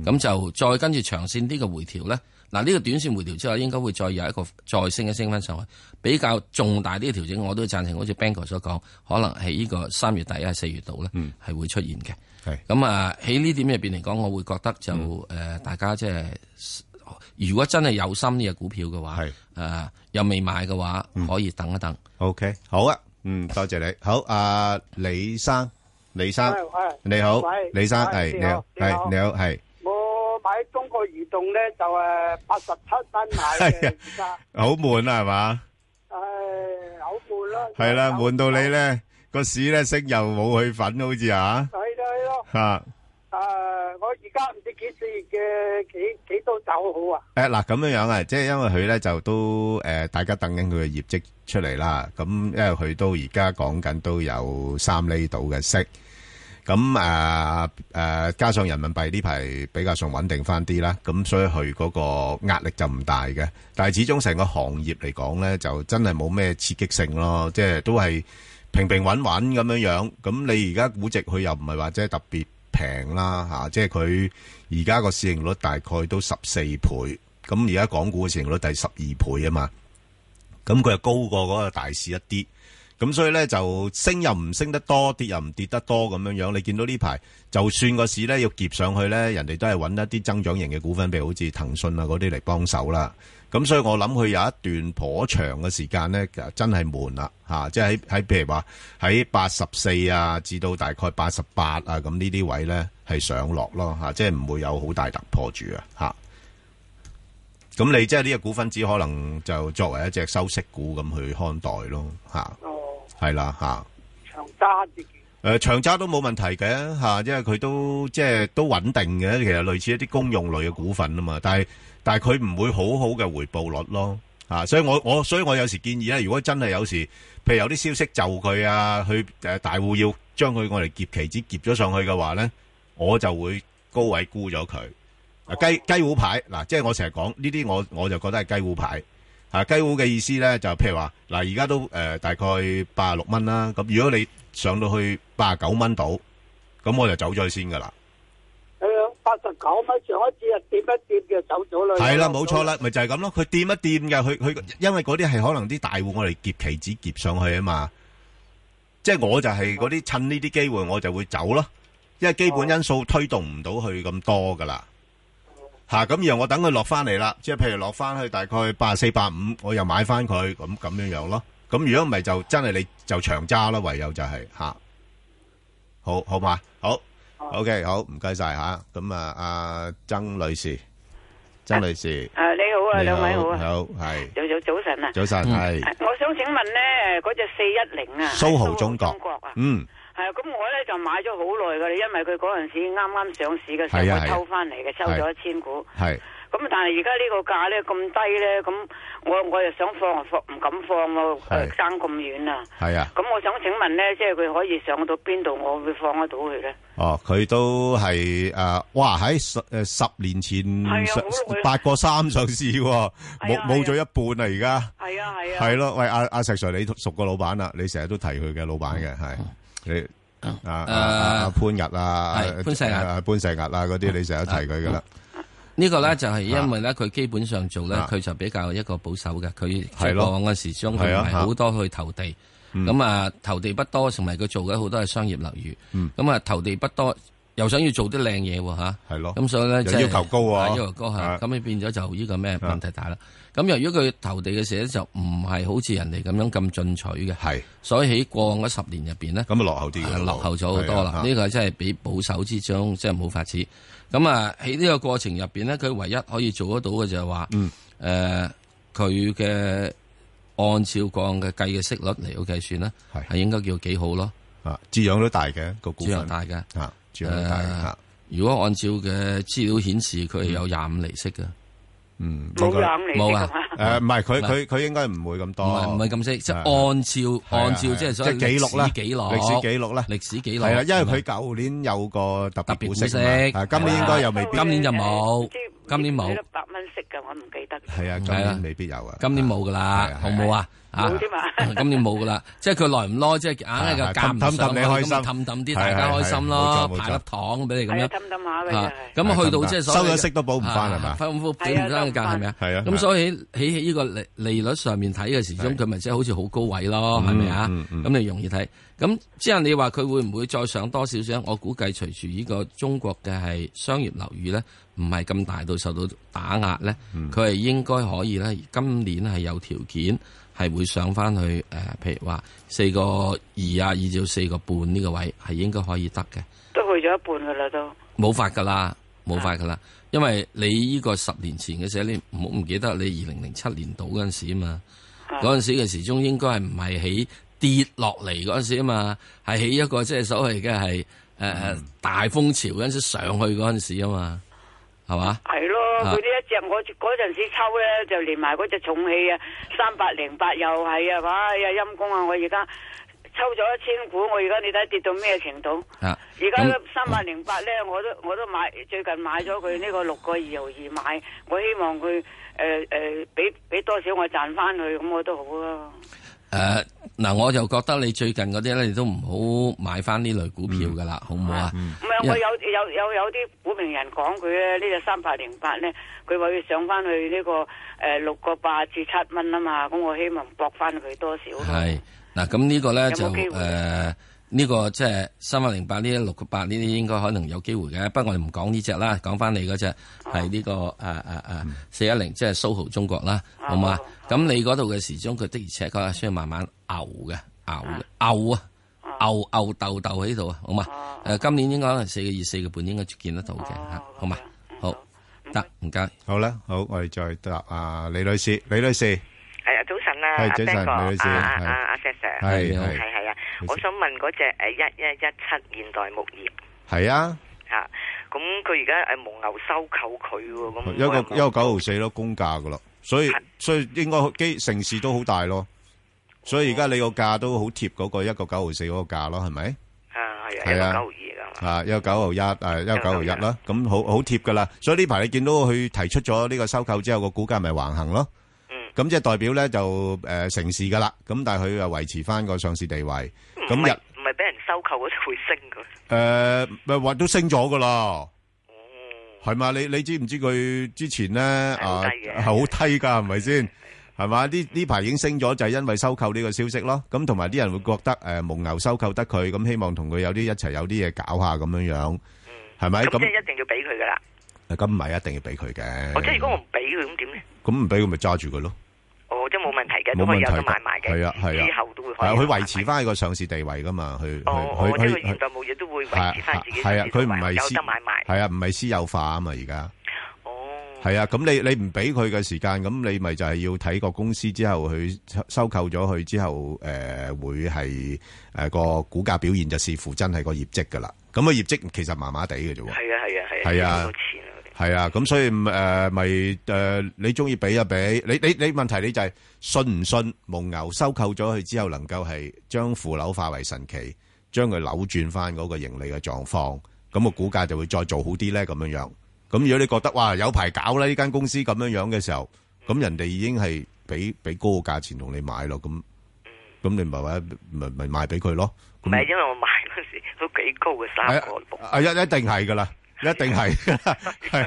咁就再跟住長線呢個回調咧，嗱、呢個短線回調之後，應該會再有一個再升一升翻上去，比較重大啲嘅調整，我都贊成，好似 Bang 哥所講，可能係呢個三月底啊四月度咧，係、會出現嘅。
嗯係嗯
咁啊，喺呢點入邊嚟講，我會覺得就誒、呃大家即係如果真係有心呢只股票嘅話，
係
誒、又未買嘅話，可以等一等。
OK，好啊，嗯，多謝你。好，啊，李生，李生，你好，
喂，
李生，
喂，
係，
你好，
你
你
好，係，
好。
你好，係。
我買中國移動咧就誒八十七蚊買嘅，而家
好闷啊，系嘛？
誒好悶咯。
系啦，闷到你。咧个市咧升又冇去粉，好似啊
係咯係咯，
吓。啊
誒我而家唔知幾時嘅幾幾多走好啊？
诶嗱，咁样樣啊，即係因為佢咧就都诶、呃大家等緊佢嘅業績出嚟啦。咁因為佢都而家講緊都有三厘度嘅息，咁诶诶，加上人民幣呢排比較上穩定翻啲啦，咁所以佢嗰個壓力就唔大嘅。但係始終成個行業嚟講咧，就真係冇咩刺激性咯，即係都係平平穩穩咁樣樣。咁你而家估值佢又唔係話即係特別平啦吓，即係佢。而家個市盈率大概都十四倍，咁而家港股嘅市盈率第十二倍啊嘛，咁佢又高過嗰個大市一啲，咁所以咧就升又唔升得多，跌又唔跌得多咁樣樣。你見到呢排就算個市咧要夾上去咧，人哋都係揾一啲增長型嘅股份，譬如好似騰訊啊嗰啲嚟幫手啦。咁所以我諗佢有一段頗長嘅時間咧，就真係悶啦嚇、啊即係喺喺譬如話喺八十四啊，至到大概八十八啊，咁呢啲位咧係上落咯嚇、啊即係唔會有好大突破住啊嚇。咁你即係呢個股份只可能就作為一隻收息股咁去看待咯嚇，
哦，
係啦嚇。
長揸自己。
诶、長揸都冇問題嘅吓、嚇因為佢都即係都穩定嘅，其實類似一啲公用類嘅股份啊嘛。但係但系佢唔會好好嘅回報率咯吓、嚇所以我我所以我有時建議咧，如果真係有時譬如有啲消息就佢啊，去诶大户要將佢我哋夾期指夾咗上去嘅話咧，我就會高位沽咗佢。啊雞雞糊牌嗱，即係我成日講呢啲，我我就覺得係雞糊牌。啊，雞糊嘅意思咧，就譬如話嗱，而家都誒、呃大概八十六蚊啦。咁如果你上到去八十九蚊度，咁我就走咗去先噶啦。
誒八十九蚊上一次啊，跌一跌就走咗啦。
係啦，冇錯。啦，咪就係咁咯。佢掂一掂嘅，佢佢因為嗰啲係可能啲大户我哋夾期指夾上去啊嘛。即係我就係嗰啲趁呢啲機會，我就會走咯，因為基本因素推動唔到佢咁多噶啦。吓咁然後我等佢落翻嚟啦，即係譬如落翻去大概八四八五，我又買翻佢，咁咁樣樣咯。咁如果唔係就真係你就長揸啦，唯有就係、吓，好好嘛，好，OK，好，唔該晒吓。咁啊，阿曾女士，曾女士，
啊，你好啊，
你
兩位好啊，
好係
早早早晨啊，
早晨係
嗯
啊我想請問咧，嗰只四一零啊，
蘇豪中國
國啊，
嗯
係啊，咁我咧就買咗好耐噶啦，因為佢嗰陣時啱啱上市嘅
係
時
啊
候，
係啊
我抽翻嚟嘅，抽咗一千股，
係
咁但係而家呢個價咧咁低咧，咁我我又想放啊放唔敢放喎，
係
誒爭咁遠啊，
係啊。
咁我想請問咧，即係佢可以上到邊度，我會放得到佢咧？
哦，佢都係诶、呃哇喺十诶十年前
係啊
上
好耐啊
八個三上市喎，冇
係啊
冇咗一半啦而
係啊
家，
係啊，
係咯，喂阿阿石 Sir 你熟個老闆啦，你成日都提佢嘅老闆嘅係
嗯
你。啊啊啊啊潘日啊，
係潘石屹嗯
啊潘石屹啊嗰啲，你成日都提佢噶啦，
呢個咧就係因為咧，佢基本上做咧，
啊
佢就比較一個保守嘅。佢即
係
係
咯
過往嗰時，將佢
係啊
唔係好多去投地。咁啊，投地不多，同埋佢做嘅好多係商業樓宇。
嗯
咁啊，投地不多，又想要做啲靚嘢喎嚇。
係咯，
咁所以咧，
就
即係
要求高喎
啊要求高
啊
係。咁你變咗就呢個咩問題大啦。咁由於佢投地嘅時咧，就唔係好似人哋咁樣咁進取嘅，
係
所以喺過往嗰十年入邊咧。
咁啊落後啲嘅
啊
咯，
落後咗好多
係啊
啦。呢個真係比保守之中，真係冇法子。咁啊，喺呢個過程入邊呢，佢唯一可以做得到嘅就係話，
嗯
誒佢嘅按照個案嘅計嘅息率嚟到計算呢，
係
係應該叫幾好咯，
啊，字樣都大嘅個股
資量
份，
大嘅。
啊，字樣都大
誒
啊，
如果按照嘅資料顯示，佢係有廿五厘息嘅，
嗯，
冇
應該
冷嚟
冇
嘅
啊
係嘛？
誒唔係佢佢佢應該唔會咁
唔
多，
係唔係咁息，即
哦係係
係
啊
按照按照
係啊
即係所
即
謂
係記錄啦
歷史記錄、
歷史記錄啦
歷史記
系
錄
啦，因為
係咪
佢舊年有個特
特
別
別
股
股
息
息，
啊嘛，係今年應該又未必
今，年就冇
即係
今年冇
幾多百蚊息㗎，我唔記得。
係啊，今
係啦
年未必有啊。
今年冇噶
係
啦
啊，
好唔好啊？啊
冇添啊！
今年冇噶啦，即係佢耐唔耐，即係硬係
係係
個價
氹
唔
氹氹
上
你
去，
開
咁
心
咪氹氹啲
係
大家
係係
開心
冇錯冇
咯，
錯
派粒糖俾 你咁
係啊，
樣。
氹氹下嘅
啊
就係。
咁
係
去
氹
到
氹
即係所
收
謂
咗
嘅
息都補唔返係嘛
啊分分補
係啊
唔翻嘅價係咪啊？
係啊係啊
咁所以喺喺呢個利利率上面睇嘅時
係
鐘，佢咪即係好似好高位咯，係咪啊
嗯嗯？
咁你容易睇。咁之後你話佢會唔會再上多少少？我估計隨住呢個中國嘅係商業樓宇咧，唔係咁大到受到打壓咧，
嗯
佢係應該可以咧。今年係有條件係會上翻去誒，呃譬如話四個二啊，二至四個半呢個位係應該可以得嘅。
都去咗一半噶啦，都
冇法噶
啊
啦，冇法噶啦，因為你呢個十年前嘅時候，你唔好唔記得你二零零七年度嗰陣時啊嘛，嗰陣時嘅時鐘應該係唔係喺跌落嚟嗰陣時啊嘛，係喺一個即係所謂嘅係誒
嗯
誒大風潮嗰陣時上去嗰陣時啊嘛，係嘛？
係咯。
啊
佢呢一隻我嗰陣時抽咧，就連埋嗰隻重器啊，三百零八又係啊，哇！又陰公啊！我而家抽咗一千股，我而家你睇跌到咩程度？
啊，
而家
咁
三百零八咧，我都我都買，最近買咗佢呢個六個二毫二買，我希望佢誒誒俾俾多少我賺翻佢，咁我都好啊。
誒嗱，我就覺得你最近嗰啲咧，你都唔好買翻呢類股票噶啦，好唔好啊？
唔係，我有有有有啲股評人講佢咧，呢只三百零八咧，佢話要上翻去呢、個誒六個八至七蚊啊嘛，咁我希望搏翻佢多少咯。
係嗱，咁呢個咧
有冇
就
機會
誒呢個即係三百零八呢六個八呢啲應該可能有機會嘅，不過我哋唔講呢只啦，講翻你嗰只
哦
係呢個誒誒誒四一零，即係蘇豪中國啦，好嘛
哦？
咁你嗰度嘅時鐘佢的而且確係需要慢慢牛嘅牛嘅牛啊！
哦
牛牛豆豆喺度啊，好嘛？誒，今年應該可能四個二、四個半應該見得到
哦
嘅嚇，好嘛？好，
嗯
得唔該。
好啦，好，我哋再答啊，李女士，李女士
系啊，早晨啦，
係
阿
早晨
Ben 哥，
李女士
阿阿
係
阿阿 Sir Sir，
係
你好
系
係
系啊
女士，
我想問嗰只诶一一一七現代牧業
係啊，
吓，啊咁佢而家诶蒙牛收購佢喎，咁
一個
我
一個九毫四咯，公價噶咯，所以
係
所以應該基城市都好大咯，所以而家你個價都好貼嗰個一個九毫四嗰個價咯，係咪？
啊係啊，一
係啊
個九二噶嘛，
啊，一個九毫一，誒一個九毫一
一個九
啦，咁好好貼噶啦，所以呢排你見到佢提出咗呢個收購之後，個股價咪橫行咯。
嗯，
咁即係代表咧就誒、呃成市噶啦，咁但係佢又維持翻個上市地位，咁
唔係
日
唔係俾人收購嗰度會升噶，
誒咪話都升咗噶啦，
哦，
係嘛？你你知唔知佢之前咧啊
好低嘅
係好低㗎，係咪先？係嘛？呢呢排已經升咗，就係因為收購呢個消息咯。咁同埋啲人會覺得誒、呃蒙牛收購得佢，咁希望同佢有啲一齊有啲嘢搞下咁樣樣，係咪？
咁
哎咁
即係一定要俾佢噶啦，
咁唔係一定要俾佢嘅。
哦，即係如果我唔俾佢咁點咧？
咁唔俾佢咪揸住佢咯，
哦，即係冇問題嘅，
冇
都可
問
以有
題
得
㗎。
買賣嘅，
係啊係啊，
之後都會可
係
以
啊
有
佢
得買
維持翻個上市地位噶嘛，佢
哦
佢
哦，即係
佢
佢現
佢
在冇嘢都會
係
維持翻自己嘅
係啊，
市
佢
場
唔
位
係
有
私
得買賣。哦
係啊，唔係私有化啊嘛，而家。系啊，咁你你唔俾佢嘅時間，咁你咪就係要睇個公司之後，佢收收購咗佢之後，诶、呃、会系诶個股價表現就視乎真係個業績噶啦。咁、個業績其實麻麻地嘅啫喎。
係啊係啊係啊，
係
好
啊
多錢啊！
係啊，咁所以诶咪诶你中意俾就俾，你你你问题你就係信唔信蒙牛收購咗佢之後，能夠係將腐朽化為神奇，將佢扭轉翻嗰個盈利嘅狀況，咁、個股價就會再做好啲咧，咁樣樣。咁如果你覺得哇有排搞啦呢間公司咁樣樣嘅時候，咁人哋已經係俾俾高嘅價錢同你買咯，咁咁你咪話咪咪賣俾佢咯。
唔
咁
係因為我買嗰時都幾高嘅三個六，
啊，一一定係噶啦，一定係系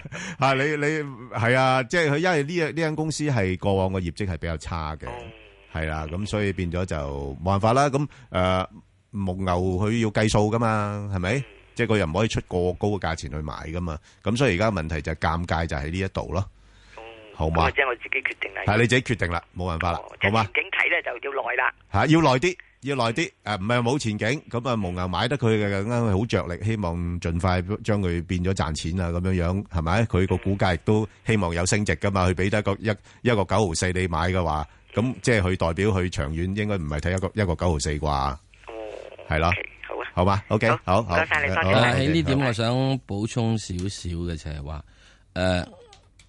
啊，你你係啊，即係佢因為呢呢間公司係過往嘅業績係比較差嘅，
嗯
係啦，咁所以變咗就冇辦法啦。咁诶，蒙牛佢要計數噶嘛，係咪？即係佢又唔可以出過高嘅價錢去買噶嘛。咁所以而家問題就係尷尬就喺呢一度咯，好
咁
嘛
啊？即係我自己決定啦。
係你自己決定啦，冇辦法啦，好嘛？
景睇咧就要耐啦。
吓要耐啲，要耐啲。诶，唔係冇前景，咁啊蒙牛買得佢嘅，咁佢好着力，希望盡快將佢變咗賺錢啊，咁樣樣係咪？佢個股價亦都希望有升值噶嘛，佢俾得一個一一个九毫四你買嘅話，咁即係佢代表佢長遠應該唔係睇一個一个九毫四啩？係啦，
好啊，
好嘛，OK，好，Ờ, 好，好
但係喺呢
好
點，我想補充少少嘅就係話，誒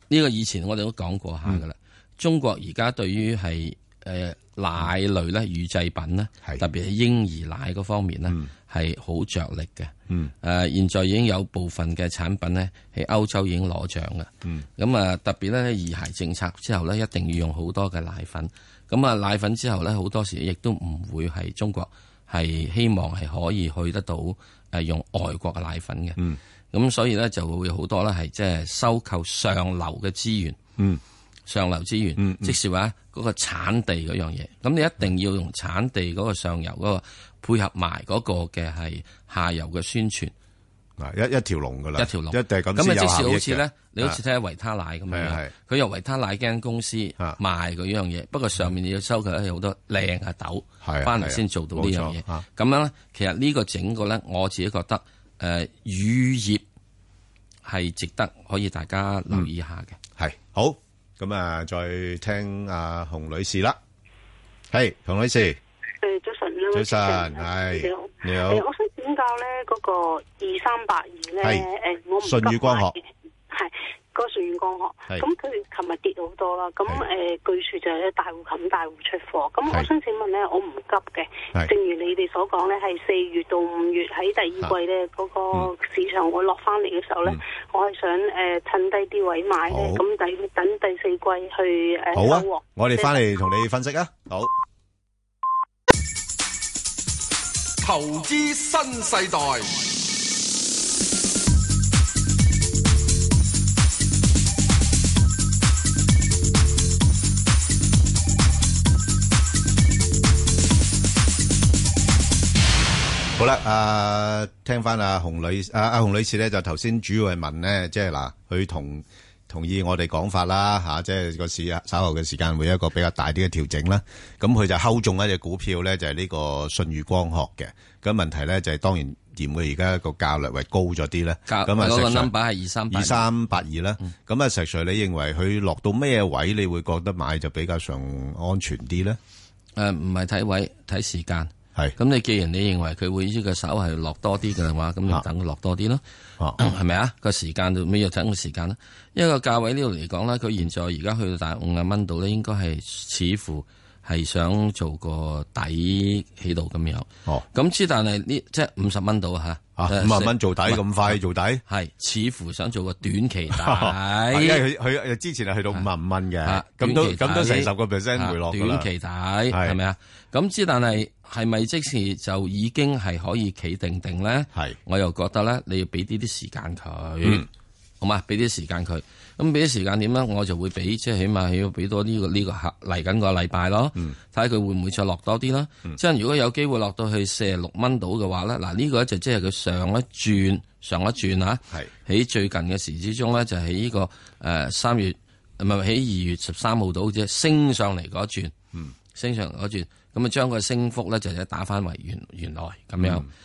呢個以前我哋都講過下噶啦。
嗯
中國而家對於係誒奶類咧、乳製品咧，特別係嬰兒奶嗰方面咧，係好着力嘅。
嗯
誒、現在已經有部分嘅產品咧喺歐洲已經攞獎嘅。
嗯
咁啊，特別咧二孩政策之後咧，一定要用好多嘅奶粉。咁啊，奶粉之後咧，好多時亦都唔會係中國係希望係可以去得到誒用外國嘅奶粉嘅。
嗯
咁所以咧就會好多咧係即係收購上流嘅資源。
嗯
上流資源，
嗯嗯
即是話嗰個產地嗰樣嘢。咁你一定要用產地嗰個上游嗰、個配合埋嗰個嘅係下游嘅宣傳。
嗱一一条龙噶啦，
一條龍，
一定係咁
咁
先
啊，
有
即
效
使
益
好
嘅
似咧，你好似
啊
睇下維他奶咁
係
樣
係啊
樣，佢由維他奶間公司賣嗰樣嘢，不過上面要收佢係好多靚嘅豆，
係啊
翻
係
嚟
啊
先做到呢樣嘢
冇錯啊。
咁樣咧，其實呢個整個咧，我自己覺得誒乳業係值得可以大家留意下嘅。
系好，咁啊，再聽阿洪女士啦。係洪女士，
诶，早晨，兩
早
位
晨，
你
係
好，
你
誒
好。
我想請教咧嗰個二三八二咧，
係
誒我唔
舜宇光學
係個舜宇光學，
係
咁佢琴日跌好多啦，咁誒據說就係大戶冚大戶出貨，咁
係
我想請問咧，我唔急嘅，
係
正如你哋所講咧，係四月到五月喺第二季咧嗰
嗯
個市場會落翻嚟嘅時候咧，我係想誒趁低啲位買咧，咁等等第四季去誒
好啊
收穫，
我哋翻嚟同你分析啊。好，
投資新世代，
好啦，啊，聽翻阿洪女，啊阿洪女士咧，就頭先主要係問咧，即係嗱，佢同同意我哋講法啦，吓、即係個市稍後嘅時間會有一個比較大啲嘅調整啦。咁佢就睺中一隻股票咧，就係呢個信譽光學嘅。咁問題咧就係、當然嫌佢而家個價略為高咗啲咧，
價
咁啊
嗰個
石 Sir-
number 係2382
2382啦。
嗯
咁啊石 Sir，你認為佢落到咩位，你會覺得買就比較上安全啲咧？
誒呃唔係睇位睇時間，
係
咁你既然你認為佢會呢個手係落多啲嘅話，咁
啊
你等佢落多啲咯，
哦
係咪啊？個時間就咩要等個時間啦。因為個價位呢度嚟講咧，佢現在而家去到大五啊蚊度咧，應該係似乎係想做個底喺度咁樣。
哦，
咁之但係呢即係五十蚊度嚇，
啊
誒
50蚊做底
唔係啊
咁快做底，
係似乎想做個短 期
係
底，
因 為佢佢之前係去到55蚊嘅
啊
咁都
短期
咁都成
底
10%回落㗎啦
啊短期底
係
係咪啊？咁之但係係咪即時就已經係可以企定定咧？
係，
我又覺得咧，你要俾啲啲時間佢。
嗯
好嘛？俾啲時間佢。咁俾啲時間點咧，我就會俾即係起碼要俾多呢、個呢、個客嚟緊個禮拜咯，睇下佢會唔會再落多啲啦。即係如果有機會落到去四十六蚊度嘅話咧，嗱呢個就即係佢上一轉上一轉啊，喺最近嘅時之中咧，就喺呢、個誒三、月唔係喺二月十三號度啫，升上嚟嗰一轉，
嗯
升上嚟嗰一轉。咁啊，將個升幅咧就一打翻為原原來咁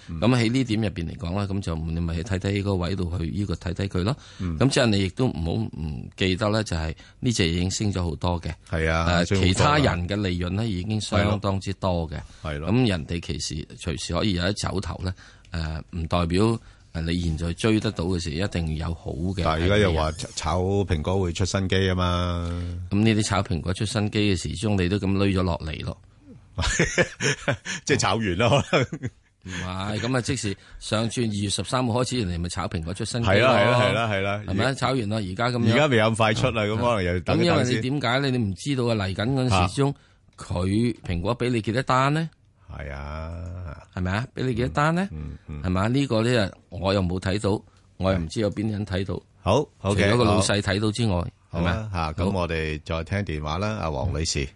嗯
樣。咁喺呢點入邊嚟講咧，咁就你咪去睇睇個位度去呢個睇睇佢咯。
嗯
咁即係你亦都唔好唔記得咧，就係呢隻已經升咗好多嘅。
係啊
誒
升好多
其他
㗎
人嘅利潤咧已經相當之多嘅。
係咯
咁人哋其時隨時可以有得走頭咧。誒，唔代表誒你現在追得到嘅時，一定要有好嘅。
但係而家
啊
又話炒蘋果會出新機啊嘛，
咁呢啲炒蘋果出新機嘅時鐘，你都咁攏咗落嚟咯。
即係炒完啦，可能
唔係咁啊！即時上轉二月十三號開始，人哋咪炒蘋果出新機
係啦啊係啦
咯
係啦係啦
係咪炒完啦？而家咁樣
而家未有咁快出啦，咁可能又等
咁
一
因為
等
你
先。
點解咧？你唔知道啊！嚟緊嗰陣時鐘，佢蘋果俾你幾多單呢？
係啊，
係咪啊？俾你幾多單呢？
嗯
係咪啊？呢個咧我又冇睇到，我又唔知有邊啲人睇到。
好
除
OK，
咗個老
好
細睇到之外，
好
係咪
啦
啊？
吓，咁我哋再聽電話啦，阿黃女士，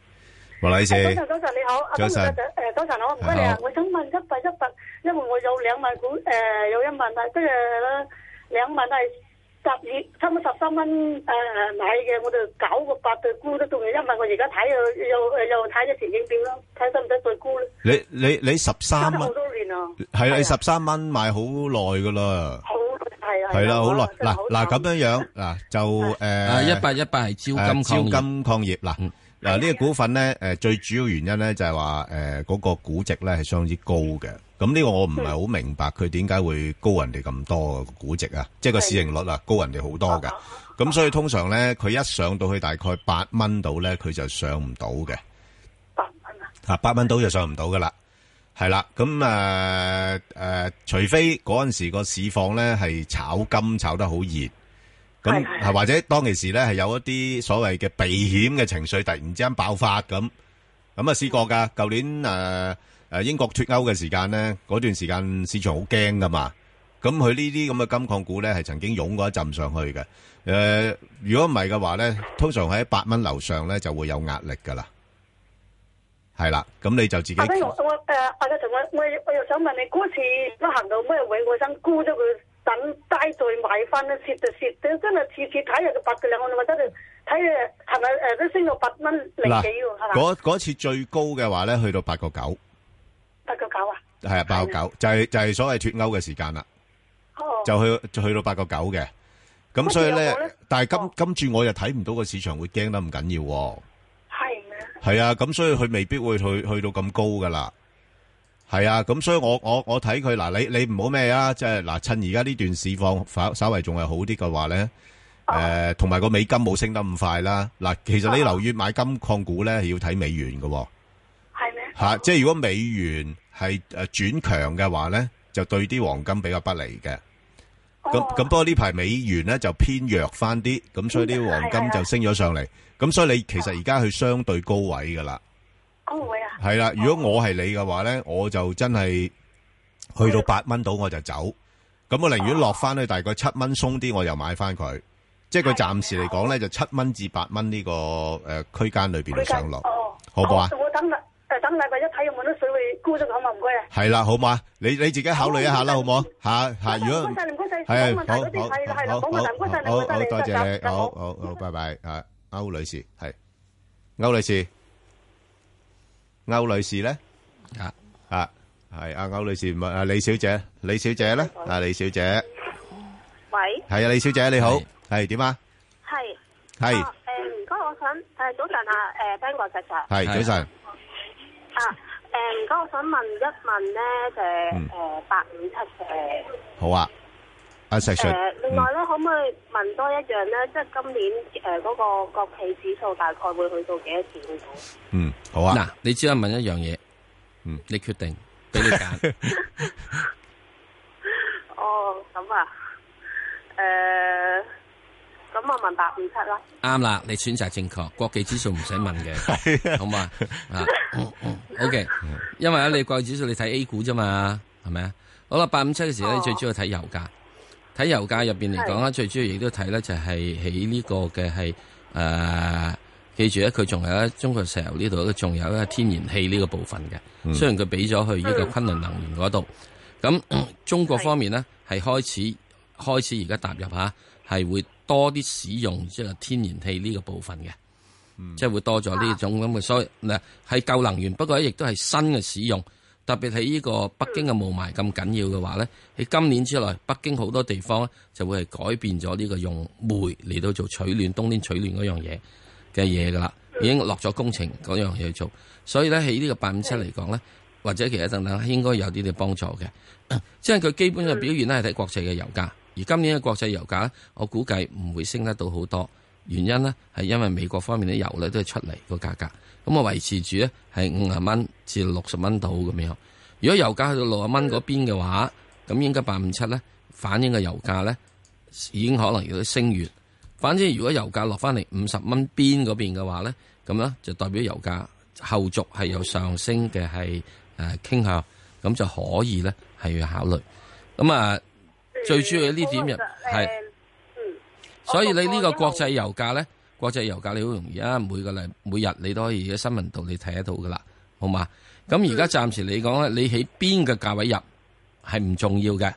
黃女士，
早晨，早晨你好，阿
早晨
金誒早晨好，唔該你啊
好，
我想問一百一百，因為我有兩萬股誒、呃有一萬啊，即係咧兩萬係十二差唔多十三蚊誒買嘅，我就九個八對沽都仲有一萬，我而家睇又又又睇咗前景表啦，睇得唔得再沽咧？
你你你十
差
三
咗
蚊
好，多年啊，
係啦你十三蚊買好耐噶啦。
好係啊，
係啦，好耐。
真係
嗱嗱咁樣樣嗱就
啊
诶，
188係招金
誒呃
礦業
啊
嗯
招金礦業嗱嗱呢個股份咧诶，誒最主要原因咧就係話诶嗰個估值咧係相當之高嘅。咁呢個我唔係好明白佢點解會高人哋咁多個估值啊，即係個市盈率啊高人哋好多嘅。咁所以通常咧佢一上到去大概八蚊度咧，佢就上唔到嘅。啊，八蚊到就上唔到噶啦，系啦，咁诶诶，除非嗰阵时個市況咧係炒金炒得好熱，咁係或者當其時咧係有一啲所謂嘅避險嘅情緒突然之間爆發咁，咁啊試過㗎，舊年诶诶英國脱歐嘅時間咧，嗰段時間市場好驚噶嘛。咁佢呢啲咁嘅金礦股咧，係曾經湧過一陣上去嘅。誒、如果唔係嘅話咧，通常喺八蚊樓上咧就會有壓力噶啦。係啦，咁你就自己
阿斌，啊我我誒阿陳，我我我又想問你，股市都行到咩位？我想沽咗佢，等低再買翻啦，蝕就蝕，真係次次睇下佢八個兩，我哋覺得睇誒係咪誒都升到八蚊零
嗱
幾喎？係嘛？
嗰嗰次最高嘅話咧，去到八個九，
八個九啊？
係啊，八個九就係就係所謂脱歐嘅時間啦，
哦，
就去就去到八個九嘅。咁所以咧，但係今今次我又睇唔到個市場會驚得咁緊要喎。
係咩？
系啊，咁所以佢未必會去去到咁高噶啦。係啊，咁所以我我我睇佢嗱，你你唔好咩啊，即係嗱，趁而家呢段市況稍稍為仲係好啲嘅話咧，诶、同埋個美金冇升得咁快啦。嗱，其實你留意買金礦股咧，要睇美元嘅、喎。
係咩？
吓、即係如果美元係诶转强嘅話咧，就對啲黃金比較不利嘅。咁
哦
哦
咁不過呢排美元咧就偏弱翻啲，咁所以啲黃金就升咗上嚟。咁所以你其實而家去相對高位噶啦。
高位啊？
系啦，如果我係你嘅話咧，我就真係去到八蚊到我就走，咁我寧願落翻去大概七蚊鬆啲，我又買翻佢。即係佢暫時嚟講咧，就七蚊至八蚊呢個呃诶区间里边上落，好唔好啊？
哦我等禮誒等禮拜一睇有冇啲水位沽咗佢好嘛？唔該啊！
係啦，好嘛？你你自己考慮一下啦，好唔好？吓吓，如果
唔該晒，唔該晒，
係
冇問題嗰啲係啦係啦，
好
冇問題，唔該晒，
好
唔該
好
晒，
多謝你，好
好。
好好，拜拜。啊，歐女士係歐女士，歐女士咧
啊
啊係啊，歐女士唔係啊，李小姐，李小姐咧啊，李小姐
喂，
係啊，李小姐你好，係點啊？
系
係
诶，唔該，我想诶早晨啊，诶 Ben 哥石 Sir
係早晨，
啊，诶唔該，我想問一問咧，就係诶八五七嘅
好啊，阿石 Sir，
诶，另外咧，可唔可以問多一樣咧？即係今年诶嗰個國企指數大概會去到幾多點度？
嗯，好啊。
嗱，你只係問一樣嘢，
嗯，
你決定俾你揀。
哦，咁啊，诶，咁我問八五七啦。
啱啦，你選擇正確，國際指數唔使問嘅，好嘛？啊，OK，因為咧你國際指數你睇 A 股啫嘛，係咪啊？好啦，八五七嘅時咧，你最主要睇油價。睇油價入邊嚟講
係
啦，最主要亦都睇咧就係喺呢個嘅係誒，記住咧佢仲有一中國石油呢度咧，仲有一天然氣呢個部分嘅。
嗯
雖然佢俾咗去呢個昆侖能源嗰度，咁中國方面呢，係開始開始而家踏入下係會多啲使用即係天然氣呢個部分嘅。即係會多咗呢種咁嘅，所以嗱係舊能源，不過亦都係新嘅使用。特別喺呢個北京嘅霧霾咁緊要嘅話咧，喺今年之內，北京好多地方咧就會係改變咗呢個用煤嚟到做取暖，冬天取暖嗰樣嘢嘅嘢噶啦，已經落咗工程嗰樣嘢去做。所以咧喺呢個八五七嚟講咧，或者其他等等，應該有啲嘅幫助嘅。即係佢基本嘅表現咧係睇國際嘅油價，而今年嘅國際油價咧，我估計唔會升得到好多。原因呢係因為美國方面啲油咧都係出嚟個價格，咁啊維持住咧係五十蚊至六十蚊度咁樣。如果油價去到六十蚊嗰邊嘅話，咁應該八五七咧反映嘅油價咧已經可能要升完。反正如果油價落翻嚟五十蚊邊嗰邊嘅話咧，咁咧就代表油價後續係有上升嘅係誒傾向，咁就可以咧係要考慮。咁啊，最主要呢點入
啊
嗯
係。所以你呢個國際油價咧，國際油價你好容易啊，每個禮每日你都可以喺新聞度你睇得到噶啦，好嘛？咁而家暫時嚟講咧，你喺邊個價位入係唔重要嘅，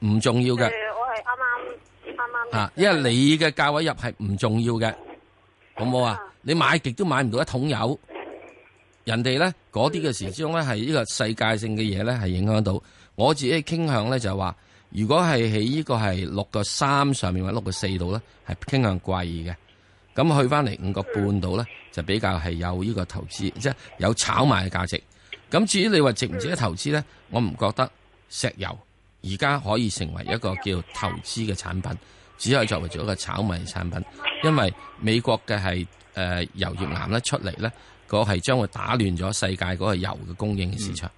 唔重要嘅
我係啱啱啱啱
啊，因為你嘅價位入係唔重要嘅，好冇啊？你買極都買唔到一桶油，人哋咧嗰啲嘅時之中咧係呢個世界性嘅嘢咧係影響到。我自己嘅傾向咧就係話，如果係喺呢個係六個三上面或者六個四度咧，係傾向貴嘅。咁去翻嚟五個半度咧，就比較係有呢個投資，即係有炒賣嘅價值。咁至於你話值唔值得投資咧，我唔覺得石油而家可以成為一個叫投資嘅產品，只可以作為做一個炒賣產品，因為美國嘅係誒油頁岩咧出嚟咧，嗰係將會打亂咗世界嗰個油嘅供應嘅市場。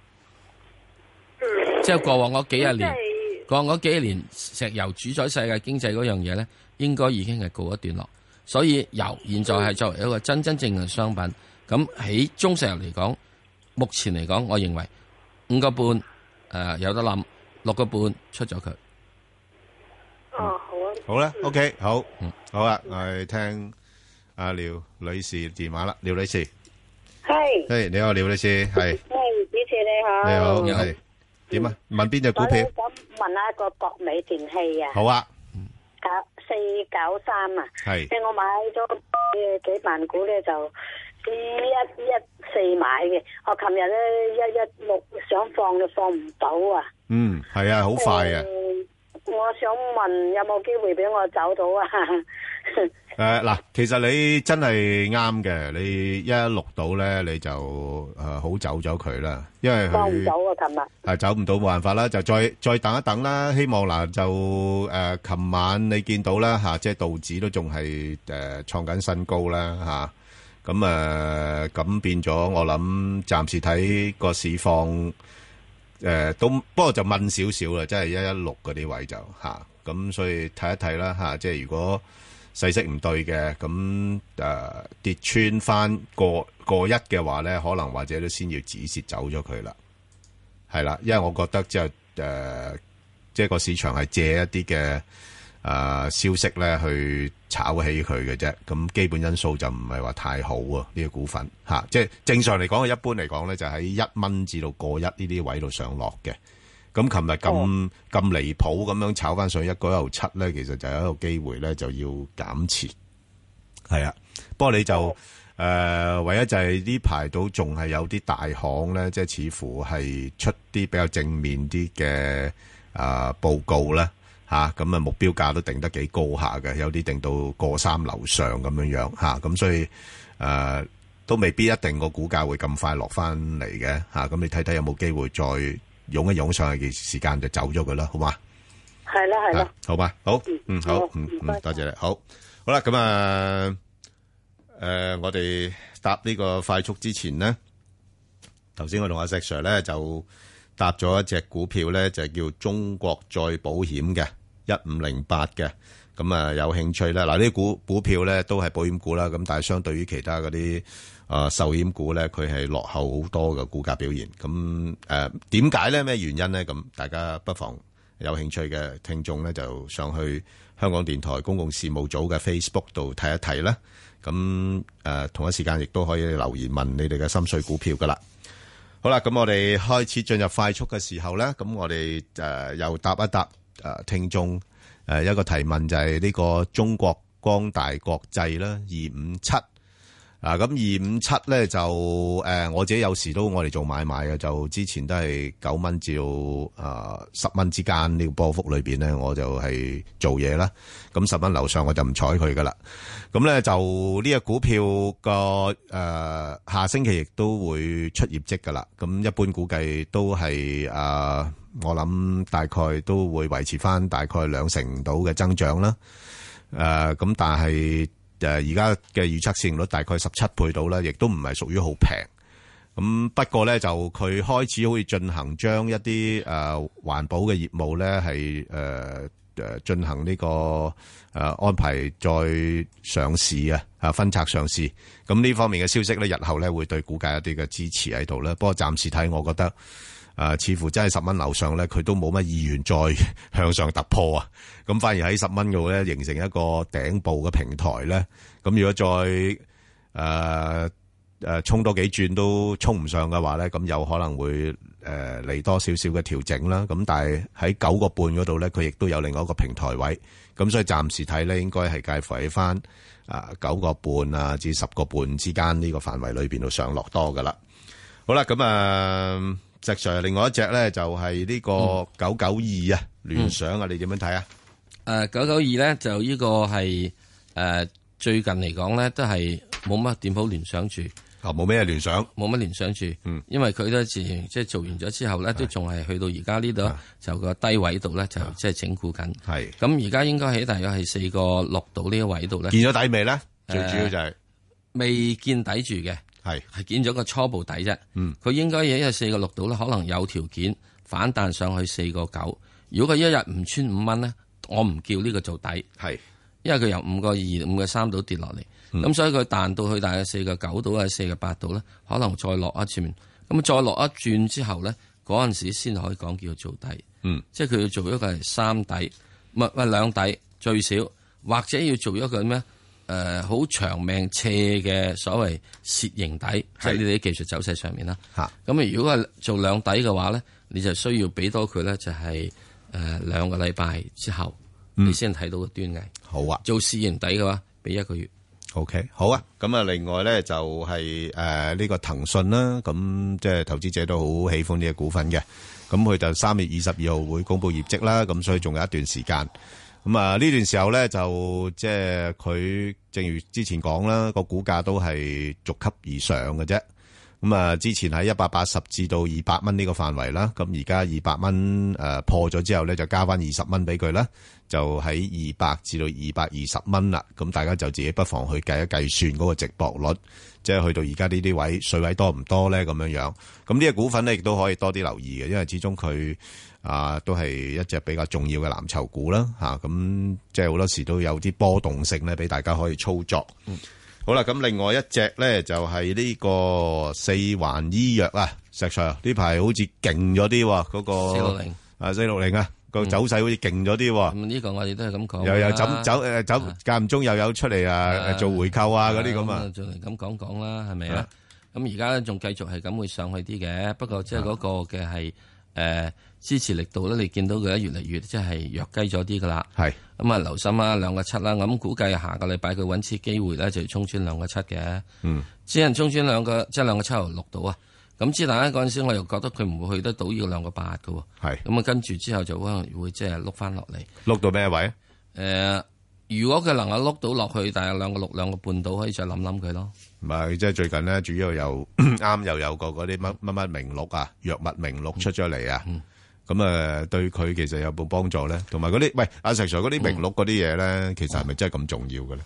嗯
即係過往嗰幾廿年，過往嗰幾廿年石油主宰世界經濟嗰樣嘢咧，應該已經係告一段落。所以油現在係作為一個真真正正嘅商品，咁喺中石油嚟講，目前嚟講，我認為五個半誒、呃有得諗，六個半出咗佢。
哦，好啊。
好啦，OK，好，好啦，我哋聽阿廖女士電話啦，廖女士，
系，
嘿，你好，廖女士，係，
系嗯主持你好，
你好，係點啊？問邊只股
我
票
咧？想问下一个国美电器啊，
好啊，
九四九三啊，
係
即系我买咗呃几万股咧就。呃一一四買嘅，我琴日咧一一六想放就放唔到啊！
嗯，係啊，好快啊！
嗯我想問有冇機會俾我走到啊？
诶，嗱、其實你真係啱嘅，你一六到咧，你就诶、呃好走咗佢啦，因為
放唔
佢
到啊！琴日
啊走唔到冇辦法啦，就再再等一等啦。希望嗱、就诶，琴、晚你見到啦吓、即係道指都仲係诶創緊新高啦吓。咁誒咁變咗，我諗暫時睇個市況誒、都不過就問少少啦，即係一一六嗰啲位就嚇，咁、所以睇一睇啦嚇，即係如果細息唔對嘅，咁誒、跌穿翻過過一嘅話咧，可能或者都先要止蝕走咗佢啦，係啦，因為我覺得即係誒。呃即係個市場係借一啲嘅誒消息咧去炒起佢嘅啫。咁基本因素就唔係話太好啊，呢、個股份嚇、即係正常嚟講，一般嚟講咧就喺一蚊至到過一呢啲位度上落嘅。咁琴日咁咁離譜咁樣炒翻上一個一毫七咧，其實就有一個機會咧就要減持。係啊，不過你就誒、呃唯一就係呢排到仲係有啲大行咧，即係似乎係出啲比較正面啲嘅誒報告啦。嚇咁啊目標價都定得幾高下嘅，有啲定到過三樓上咁樣樣嚇，咁、所以誒、呃都未必一定個股價會咁快落翻嚟嘅嚇，咁、你睇睇有冇機會再湧一湧上去嘅時間就走咗佢啦，好嘛？
係啦係啦，
好嘛，好，嗯，好，嗯，
唔
嗯，多謝你，好，好啦，咁啊，诶，我哋答呢個快速之前呢，頭先我同阿石 Sir 咧就搭咗一隻股票咧，就叫中國再保險嘅一五零八嘅，咁啊有興趣啦，嗱呢啲股股票咧都係保險股啦，咁但係相對於其他嗰啲。啊壽險股咧，佢係落呃後好多嘅股價表現。咁誒點解咧？咩原因咧？咁大家不妨誒、有興趣嘅聽眾咧，就上去香港電台公共事務組嘅 Facebook 度睇一睇啦。咁誒、呃同一時間亦都可以留言問你哋嘅心水股票噶啦。好啦，咁我哋開始進入快速嘅時候咧，咁我哋誒、呃又答一答誒、呃、聽眾誒、呃一個提問就係呢個中國光大國際啦，二五七。啊，咁二五七咧就誒、呃我自己有時都我哋做買賣嘅，就之前都係九蚊至到誒十蚊之間呢個波幅裏邊咧，我就係做嘢啦。咁十蚊樓上我就唔睬佢噶啦。咁咧就呢個股票個誒、呃下星期亦都會出業績噶啦。咁一般估計都係誒、呃我諗大概都會維持翻大概兩成到嘅增長啦。誒咁、但係誒而家嘅預測市盈率大概十七倍到啦，亦都唔係屬於好平。咁不過咧，就佢開始好似進行將一啲誒、呃、環保嘅業務咧，係誒誒進行呢、個誒、呃安排再上市啊，啊分拆上市。咁呢方面嘅消息咧，日後咧會對股價一啲嘅支持喺度啦。不過暫時睇，我覺得。啊、似乎真係十蚊樓上咧，佢都冇乜意願再向上突破啊！咁反而喺十蚊度咧，形成一個頂部嘅平台咧。咁如果再誒誒、呃呃衝多幾轉都衝唔上嘅話咧，咁有可能會誒嚟、多少少嘅調整啦。咁但係喺九個半嗰度咧，佢亦都有另外一個平台位。咁所以暫時睇咧，應該係介乎喺翻啊九個半啊至十個半之間呢個範圍裏邊度上落多噶啦。好啦，咁啊，石 Sir，另外一隻咧就係呢個九九二啊，聯想啊，你點樣睇啊？
诶，呃九九二咧就呢個係诶、呃最近嚟講咧都係冇乜點好聯想住。
啊，冇咩聯想，
冇乜聯想住。嗯，因為佢都自然即係做完咗之後咧，都仲係去到而家呢度就個低位度咧，就即係整固緊。
係
咁而家應該喺大約係四個六度呢個位度咧。
見咗底未咧？最主要就係、
呃未見底住嘅，
係
係見咗個初步底啫。
嗯，
佢應該喺四個六度咧，可能有條件反彈上去四個九。如果佢一日唔穿五蚊咧，我唔叫呢個做底。
係，
因為佢由五個二、五個三度跌落嚟，咁、
嗯
所以佢彈到去大約四個九度啊、四個八度咧，可能再落一轉。咁再落一轉之後咧，嗰陣時先可以講叫做底。
嗯，
即係佢要做一個係三底，唔係唔係兩底最少，或者要做一個咩？誒、好長命斜嘅所謂楔形底，即係你哋啲技術走勢上面啦。
嚇
咁如果係做兩底嘅話咧，你就需要俾多佢咧，就係、誒、两兩個禮拜之後，
嗯
你先睇到個端倪。
好啊，
做試驗底嘅話，俾一個月。
O K，好啊，咁啊，另外咧就係誒呢個騰訊啦，咁即係投資者都好喜歡呢個股份嘅，咁佢就三月二十二號會公布業績啦，咁所以仲有一段時間。咁啊呢段時候咧就即係佢，正如之前講啦，個股價都係逐級而上嘅啫。咁啊，之前喺一百八十至到二百蚊呢個範圍啦，咁而家二百蚊誒破咗之後咧，就加翻二十蚊俾佢啦，就喺二百至到二百二十蚊啦。咁大家就自己不妨去計一計算嗰個值博率，即係去到而家呢啲位水位多唔多咧？咁樣樣，咁呢個股份咧亦都可以多啲留意嘅，因為始終佢。啊，都係一隻比較重要嘅藍籌股啦，嚇、咁即係好多時都有啲波動性咧，俾大家可以操作。好啦，咁另外一隻咧就係呢個四環醫藥啊，石 Sir 呢排好似勁咗啲喎，嗰、個
460
啊四六零啊個走勢好似勁咗啲喎。
咁呢個我哋都係咁講。
又有走走誒走間唔中又有出嚟啊誒做回購啊嗰啲咁啊，
再嚟咁講講啦，係咪啊？咁而家仲繼續係咁會上去啲嘅，不過
啊
即係嗰個嘅係誒支持力度咧，你見到佢咧越嚟越即係弱雞咗啲噶啦。
係
咁啊，留心啦，兩個七啦，我諗估計下個禮拜佢揾次機會咧，就要衝穿兩個七嘅。
嗯，
只能衝穿兩個，即係兩個七毫六到啊。咁之但咧嗰陣時，我又覺得佢唔會去得到要兩個八嘅喎。
係
咁啊，跟住之後就可能會即係碌翻落嚟。
碌到咩位？
誒、呃如果佢能夠碌到落去，大約兩個六、兩個半到，可以再諗諗佢咯。
唔係，即係最近咧，主要又 啱又有個嗰啲乜乜乜名錄啊，藥物名錄出咗嚟啊。咁啊，對佢其實有冇幫助咧？同埋嗰啲，喂，阿石 Sir 嗰啲名錄嗰啲嘢咧，其實係咪真係咁重要嘅咧？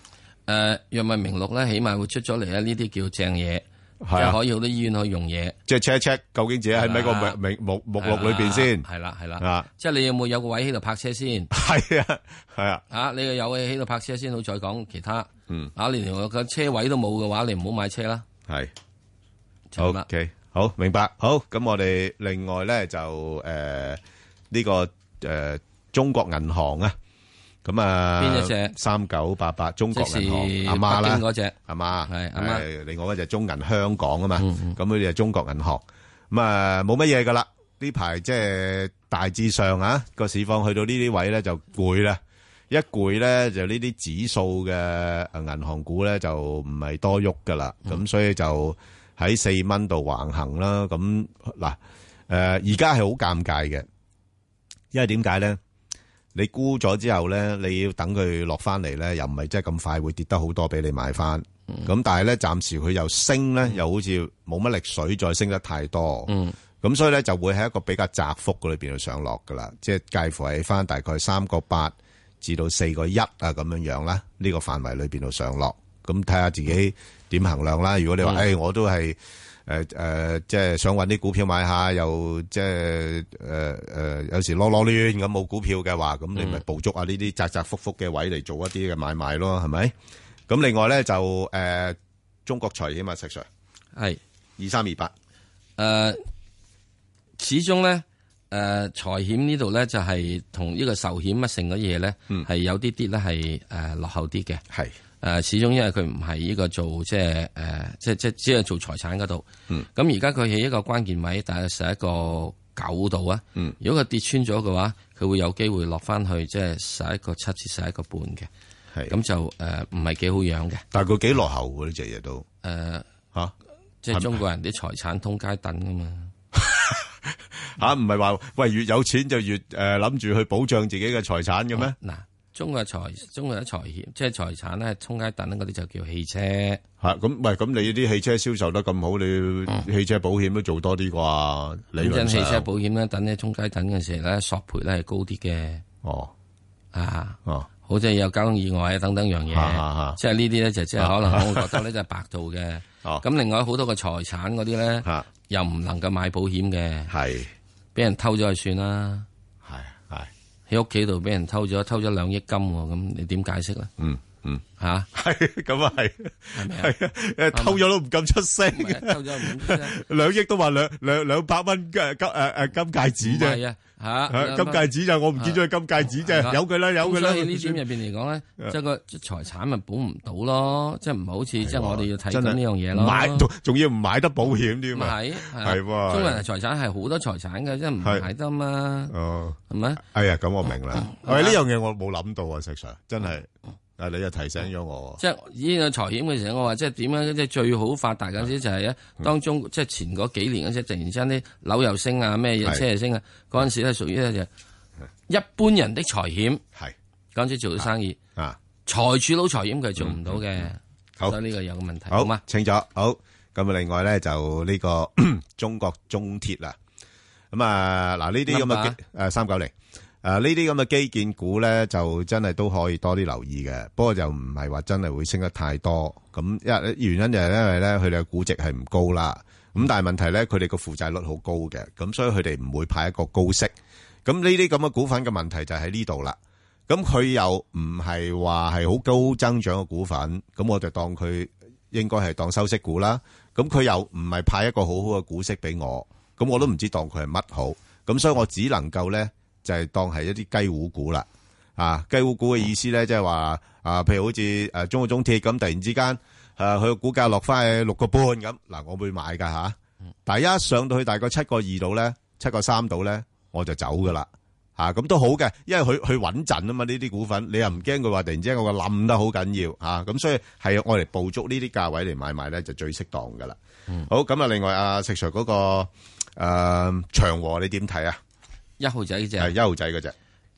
誒、藥物名錄咧，起碼會出咗嚟咧，呢啲叫正嘢，
係啊
就可以好多醫院可以用嘢。
即係 check check 究竟自己喺咪個
係啦
名名目目錄裏邊先？
係啦係
啊
啦，即係你有冇有個位喺度泊車先？
係啊係啊，
啊，你有位喺度泊車先，好再講其他。
嗯，
啊，你連我個車位都冇嘅話，你唔好買車啦。
係。
就咁啦
OK，好，明白。好，咁我哋另外咧就誒呢、個诶中國銀行啊，咁啊
邊一隻
三九八八中國銀
即是
行阿媽
北
啦，
京嗰隻
阿媽
係阿媽
係另外一隻中銀香港啊嘛，咁佢哋係中國銀行，咁啊冇乜嘢噶啦，呢排即係大致上啊個市況去到呢啲位咧就攰啦。一攰咧，就呢啲指數嘅呃銀行股咧就唔係多喐噶啦，咁、所以就喺四蚊度橫行啦。咁嗱，誒而家係好尷尬嘅，因為點解咧？你沽咗之後咧，你要等佢落翻嚟咧，又唔係真係咁快會跌得好多俾你買翻。
嗯
咁、但係咧，暫時佢又升咧，又好似冇乜力水再升得太多。
嗯
咁所以咧就會喺一個比較窄幅嗰裏邊去上落噶啦，即係介乎喺翻大概三個八至到四個一啊咁樣樣啦，呢、個範圍裏邊度上落，咁睇下自己點衡量啦。如果你話誒、
嗯
唉我都係誒誒，即係想揾啲股票買下，又即係誒誒，有時攞攞亂咁冇股票嘅話，咁你咪
嗯
捕捉下呢啲窄窄幅幅嘅位嚟做一啲嘅買賣咯，係咪？咁另外咧就誒、呃中國財險啊，石 Sir
係
二三二八。
诶、呃始終咧，诶、財險呢度咧就係同呢個壽險乜成嗰嘢咧，係、
嗯
有啲啲咧係诶落後啲嘅。
係
诶、始終因為佢唔係呢個做即係诶，即即只係做財產嗰度。
嗯
咁而家佢喺一個關鍵位，大概十一個九度啊。
嗯
如果佢跌穿咗嘅話，佢會有機會落翻去即係十一個七至十一個半嘅。
係
咁就诶唔係幾好樣嘅。
但係佢幾落後喎呢只嘢都
诶、
嚇，
即
係
係
咪
中國人啲財產通街等噶嘛。
吓，唔係話喂越有錢就越诶谂住去保障自己嘅財產嘅咩？
哦嗱，中國財中國有財險，即係財產咧，通街等嗰啲就叫汽車。
吓咁喂，咁你啲汽車銷售得咁好，你汽車保險都做多啲啩？理
咁
論
嗯真汽車
上
保險咧，等喺通街等嘅時候咧，索賠咧係高啲嘅。
哦，
啊，
哦，
好似有交通意外啊等等樣嘢
啊啊啊，
即係呢啲咧 就即係可
啊
能我會覺得咧就係白做嘅。
哦
咁另外好多個財產嗰啲咧，又唔能夠買保險嘅，
係
俾人偷咗就算啦。
係係
喺屋企度俾人偷咗，偷咗兩億金喎，咁你點解釋咧？
嗯嗯
嚇，
係咁啊係
係咪啊
係啊誒偷咗都唔敢出聲，
偷咗唔啊敢出聲
兩億都話兩兩兩百蚊嘅金诶诶金戒指
唔係
啫
啊，嚇
係金戒指就我唔見咗佢金戒指啫，
啊
由佢啦由佢啦
咁所以呢點入邊嚟講
啊
咧，即係個財產咪保唔到咯，即係唔好似即係我哋要睇緊呢樣嘢咯。
買仲仲要唔買得保險添
咪
啊？
係
係喎，
中國人嘅財產係好多財產嘅，即係唔買得嘛，
哦，
係咪？
哎呀，咁我明啦。
係嘛
喂，呢樣嘢我冇諗到啊，石 Sir，真係啊，你又提醒咗我喎。
即係呢個財險嘅時候，我話即係點樣即係最好發達嗰
啊
陣時就係咧，
嗯
當中即係前嗰幾年嗰陣時，突然之間啲樓又升啊，咩嘢
係
車又升啊，嗰陣時咧屬於咧就一般人的財險，
係
嗰陣時做到生意
啊，嗯
財主佬財險佢係做唔到嘅，
好
所以呢個有個問題，
好
好嘛？
清楚。好，咁啊，另外咧就呢個中國中鐵啦。咁啊，嗱呢啲咁嘅基誒三九零。誒呢啲咁嘅基建股咧，就真係都可以多啲留意嘅。不過就唔係話真係會升得太多。咁因原因就係因為咧，佢哋嘅估值係唔高啦。咁但係問題咧，佢哋個負債率好高嘅，咁所以佢哋唔會派一個高息。咁呢啲咁嘅股份嘅問題就喺呢度啦。咁佢又唔係話係好高增長嘅股份，咁我就當佢應該係當收息股啦。咁佢又唔係派一個好好嘅股息俾我，咁我都唔知當佢係乜好。咁所以我只能夠咧就係、當係一啲雞糊股啦。啊，雞糊股嘅意思咧，即係話啊，譬如好似誒中國中鐵咁，突然之間誒佢個股價落翻去六個半咁，嗱我會買㗎嚇。但係一上到去大概七個二度咧，七個三度咧，我就走㗎啦。吓咁都好嘅，因為佢佢穩陣啊嘛，呢啲股份你又唔驚佢話突然之間個冧得好緊要吓，咁、所以係我嚟捕捉呢啲價位嚟買賣咧就最適當噶啦。好咁啊，另外阿石 Sir 嗰、個呃長和你點睇啊？
一號仔嗰只
係一號仔嗰只，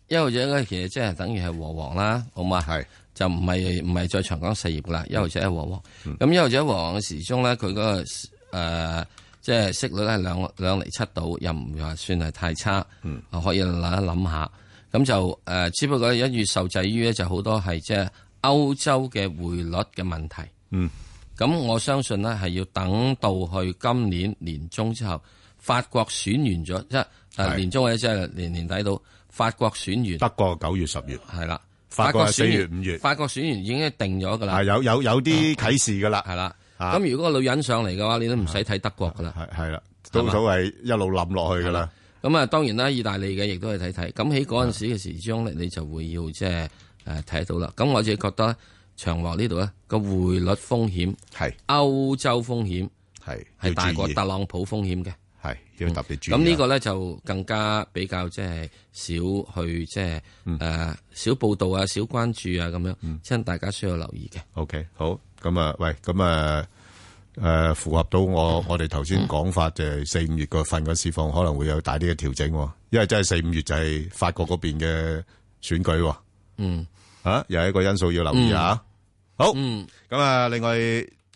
一號仔咧，其實即係等於係和黃啦，好嘛？
係
就唔係唔係再長江實業㗎啦，
嗯
一號仔係和黃。咁一號仔和黃嘅時鐘咧，佢嗰個誒即係息率咧係兩兩釐七度，又唔話算係太差，
嗯
可以諗一諗下。咁就誒、呃只不過一月受制於咧就好多係即係歐洲嘅匯率嘅問題。
嗯，
咁我相信咧係要等到去今年年中之後，法國選完咗，即係
係
誒年中或者即係年年底到法國選完，
德國九月十月
係啦，
法國係
選完
四月五月
法國選完已經定咗㗎啦
啊，有有有啲啟示噶啦，
係啦。
啊
咁如果個女人上嚟嘅話，你都唔使睇德國㗎啦。
係係啦，都所謂一路冧落去噶啦，
咁啊，當然啦，意大利嘅亦都係睇睇。咁喺嗰陣時嘅
啊
時鐘咧，你就會要即係誒睇到啦。咁我自己覺得咧，長和呢度咧個匯率風險
係
歐洲風險
係
係大過
要注意
特朗普風險嘅。
係要特別注意啊。
咁呢個咧就更加比較即係少去即係
嗯
誒少報導啊、少關注啊咁樣，即係大家需要留意嘅。
OK，好，咁啊，喂，咁啊，诶、符合到我我哋頭
嗯
先講法，就係四五月個份個市況可能會有大啲嘅調整、喎，因為真係四五月就係法國嗰邊嘅選舉、喎，
嗯，
啊，又係一個因素要留意啊。好，
嗯，
咁啊，另外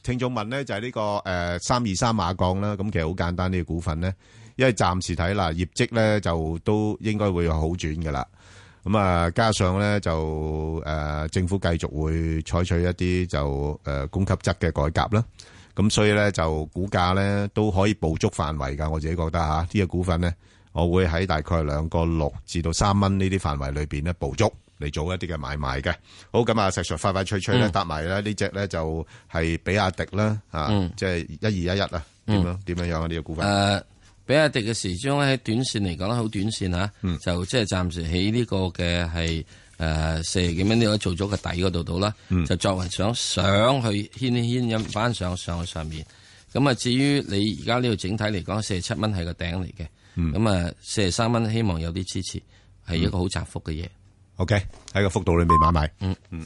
聽眾問咧就係呢、個个诶三二三馬鋼啦，咁其實好簡單呢、個股份咧，因為暫時睇啦，業績咧就都應該會有好轉噶啦。咁啊，加上咧就诶、呃政府繼續會採取一啲就诶、呃供給側嘅改革啦。咁所以咧就股價咧都可以捕捉範圍㗎，我自己覺得吓，呢、個股份咧，我會喺大概兩個六至到三蚊呢啲範圍裏边咧捕捉嚟做一啲嘅買賣嘅。好，咁啊，石 Sir 快快脆脆咧
嗯
搭埋咧呢只咧就係比亞迪啦，啊，
嗯
即係一二一一啊，點樣點樣樣啊？呢個股份
誒，比亞迪嘅時鐘咧喺短線嚟講咧，好短線嚇，就即係暫時喺呢個嘅係誒四十幾蚊呢個做咗個底嗰度到啦，就作為想想去牽牽引翻上上去上面。咁啊，至於你而家呢度整體嚟講，四十七蚊係個頂嚟嘅，咁啊四十三蚊希望有啲支持，係一個好窄幅嘅嘢。
，OK 喺個幅度裏面買賣，
嗯
嗯。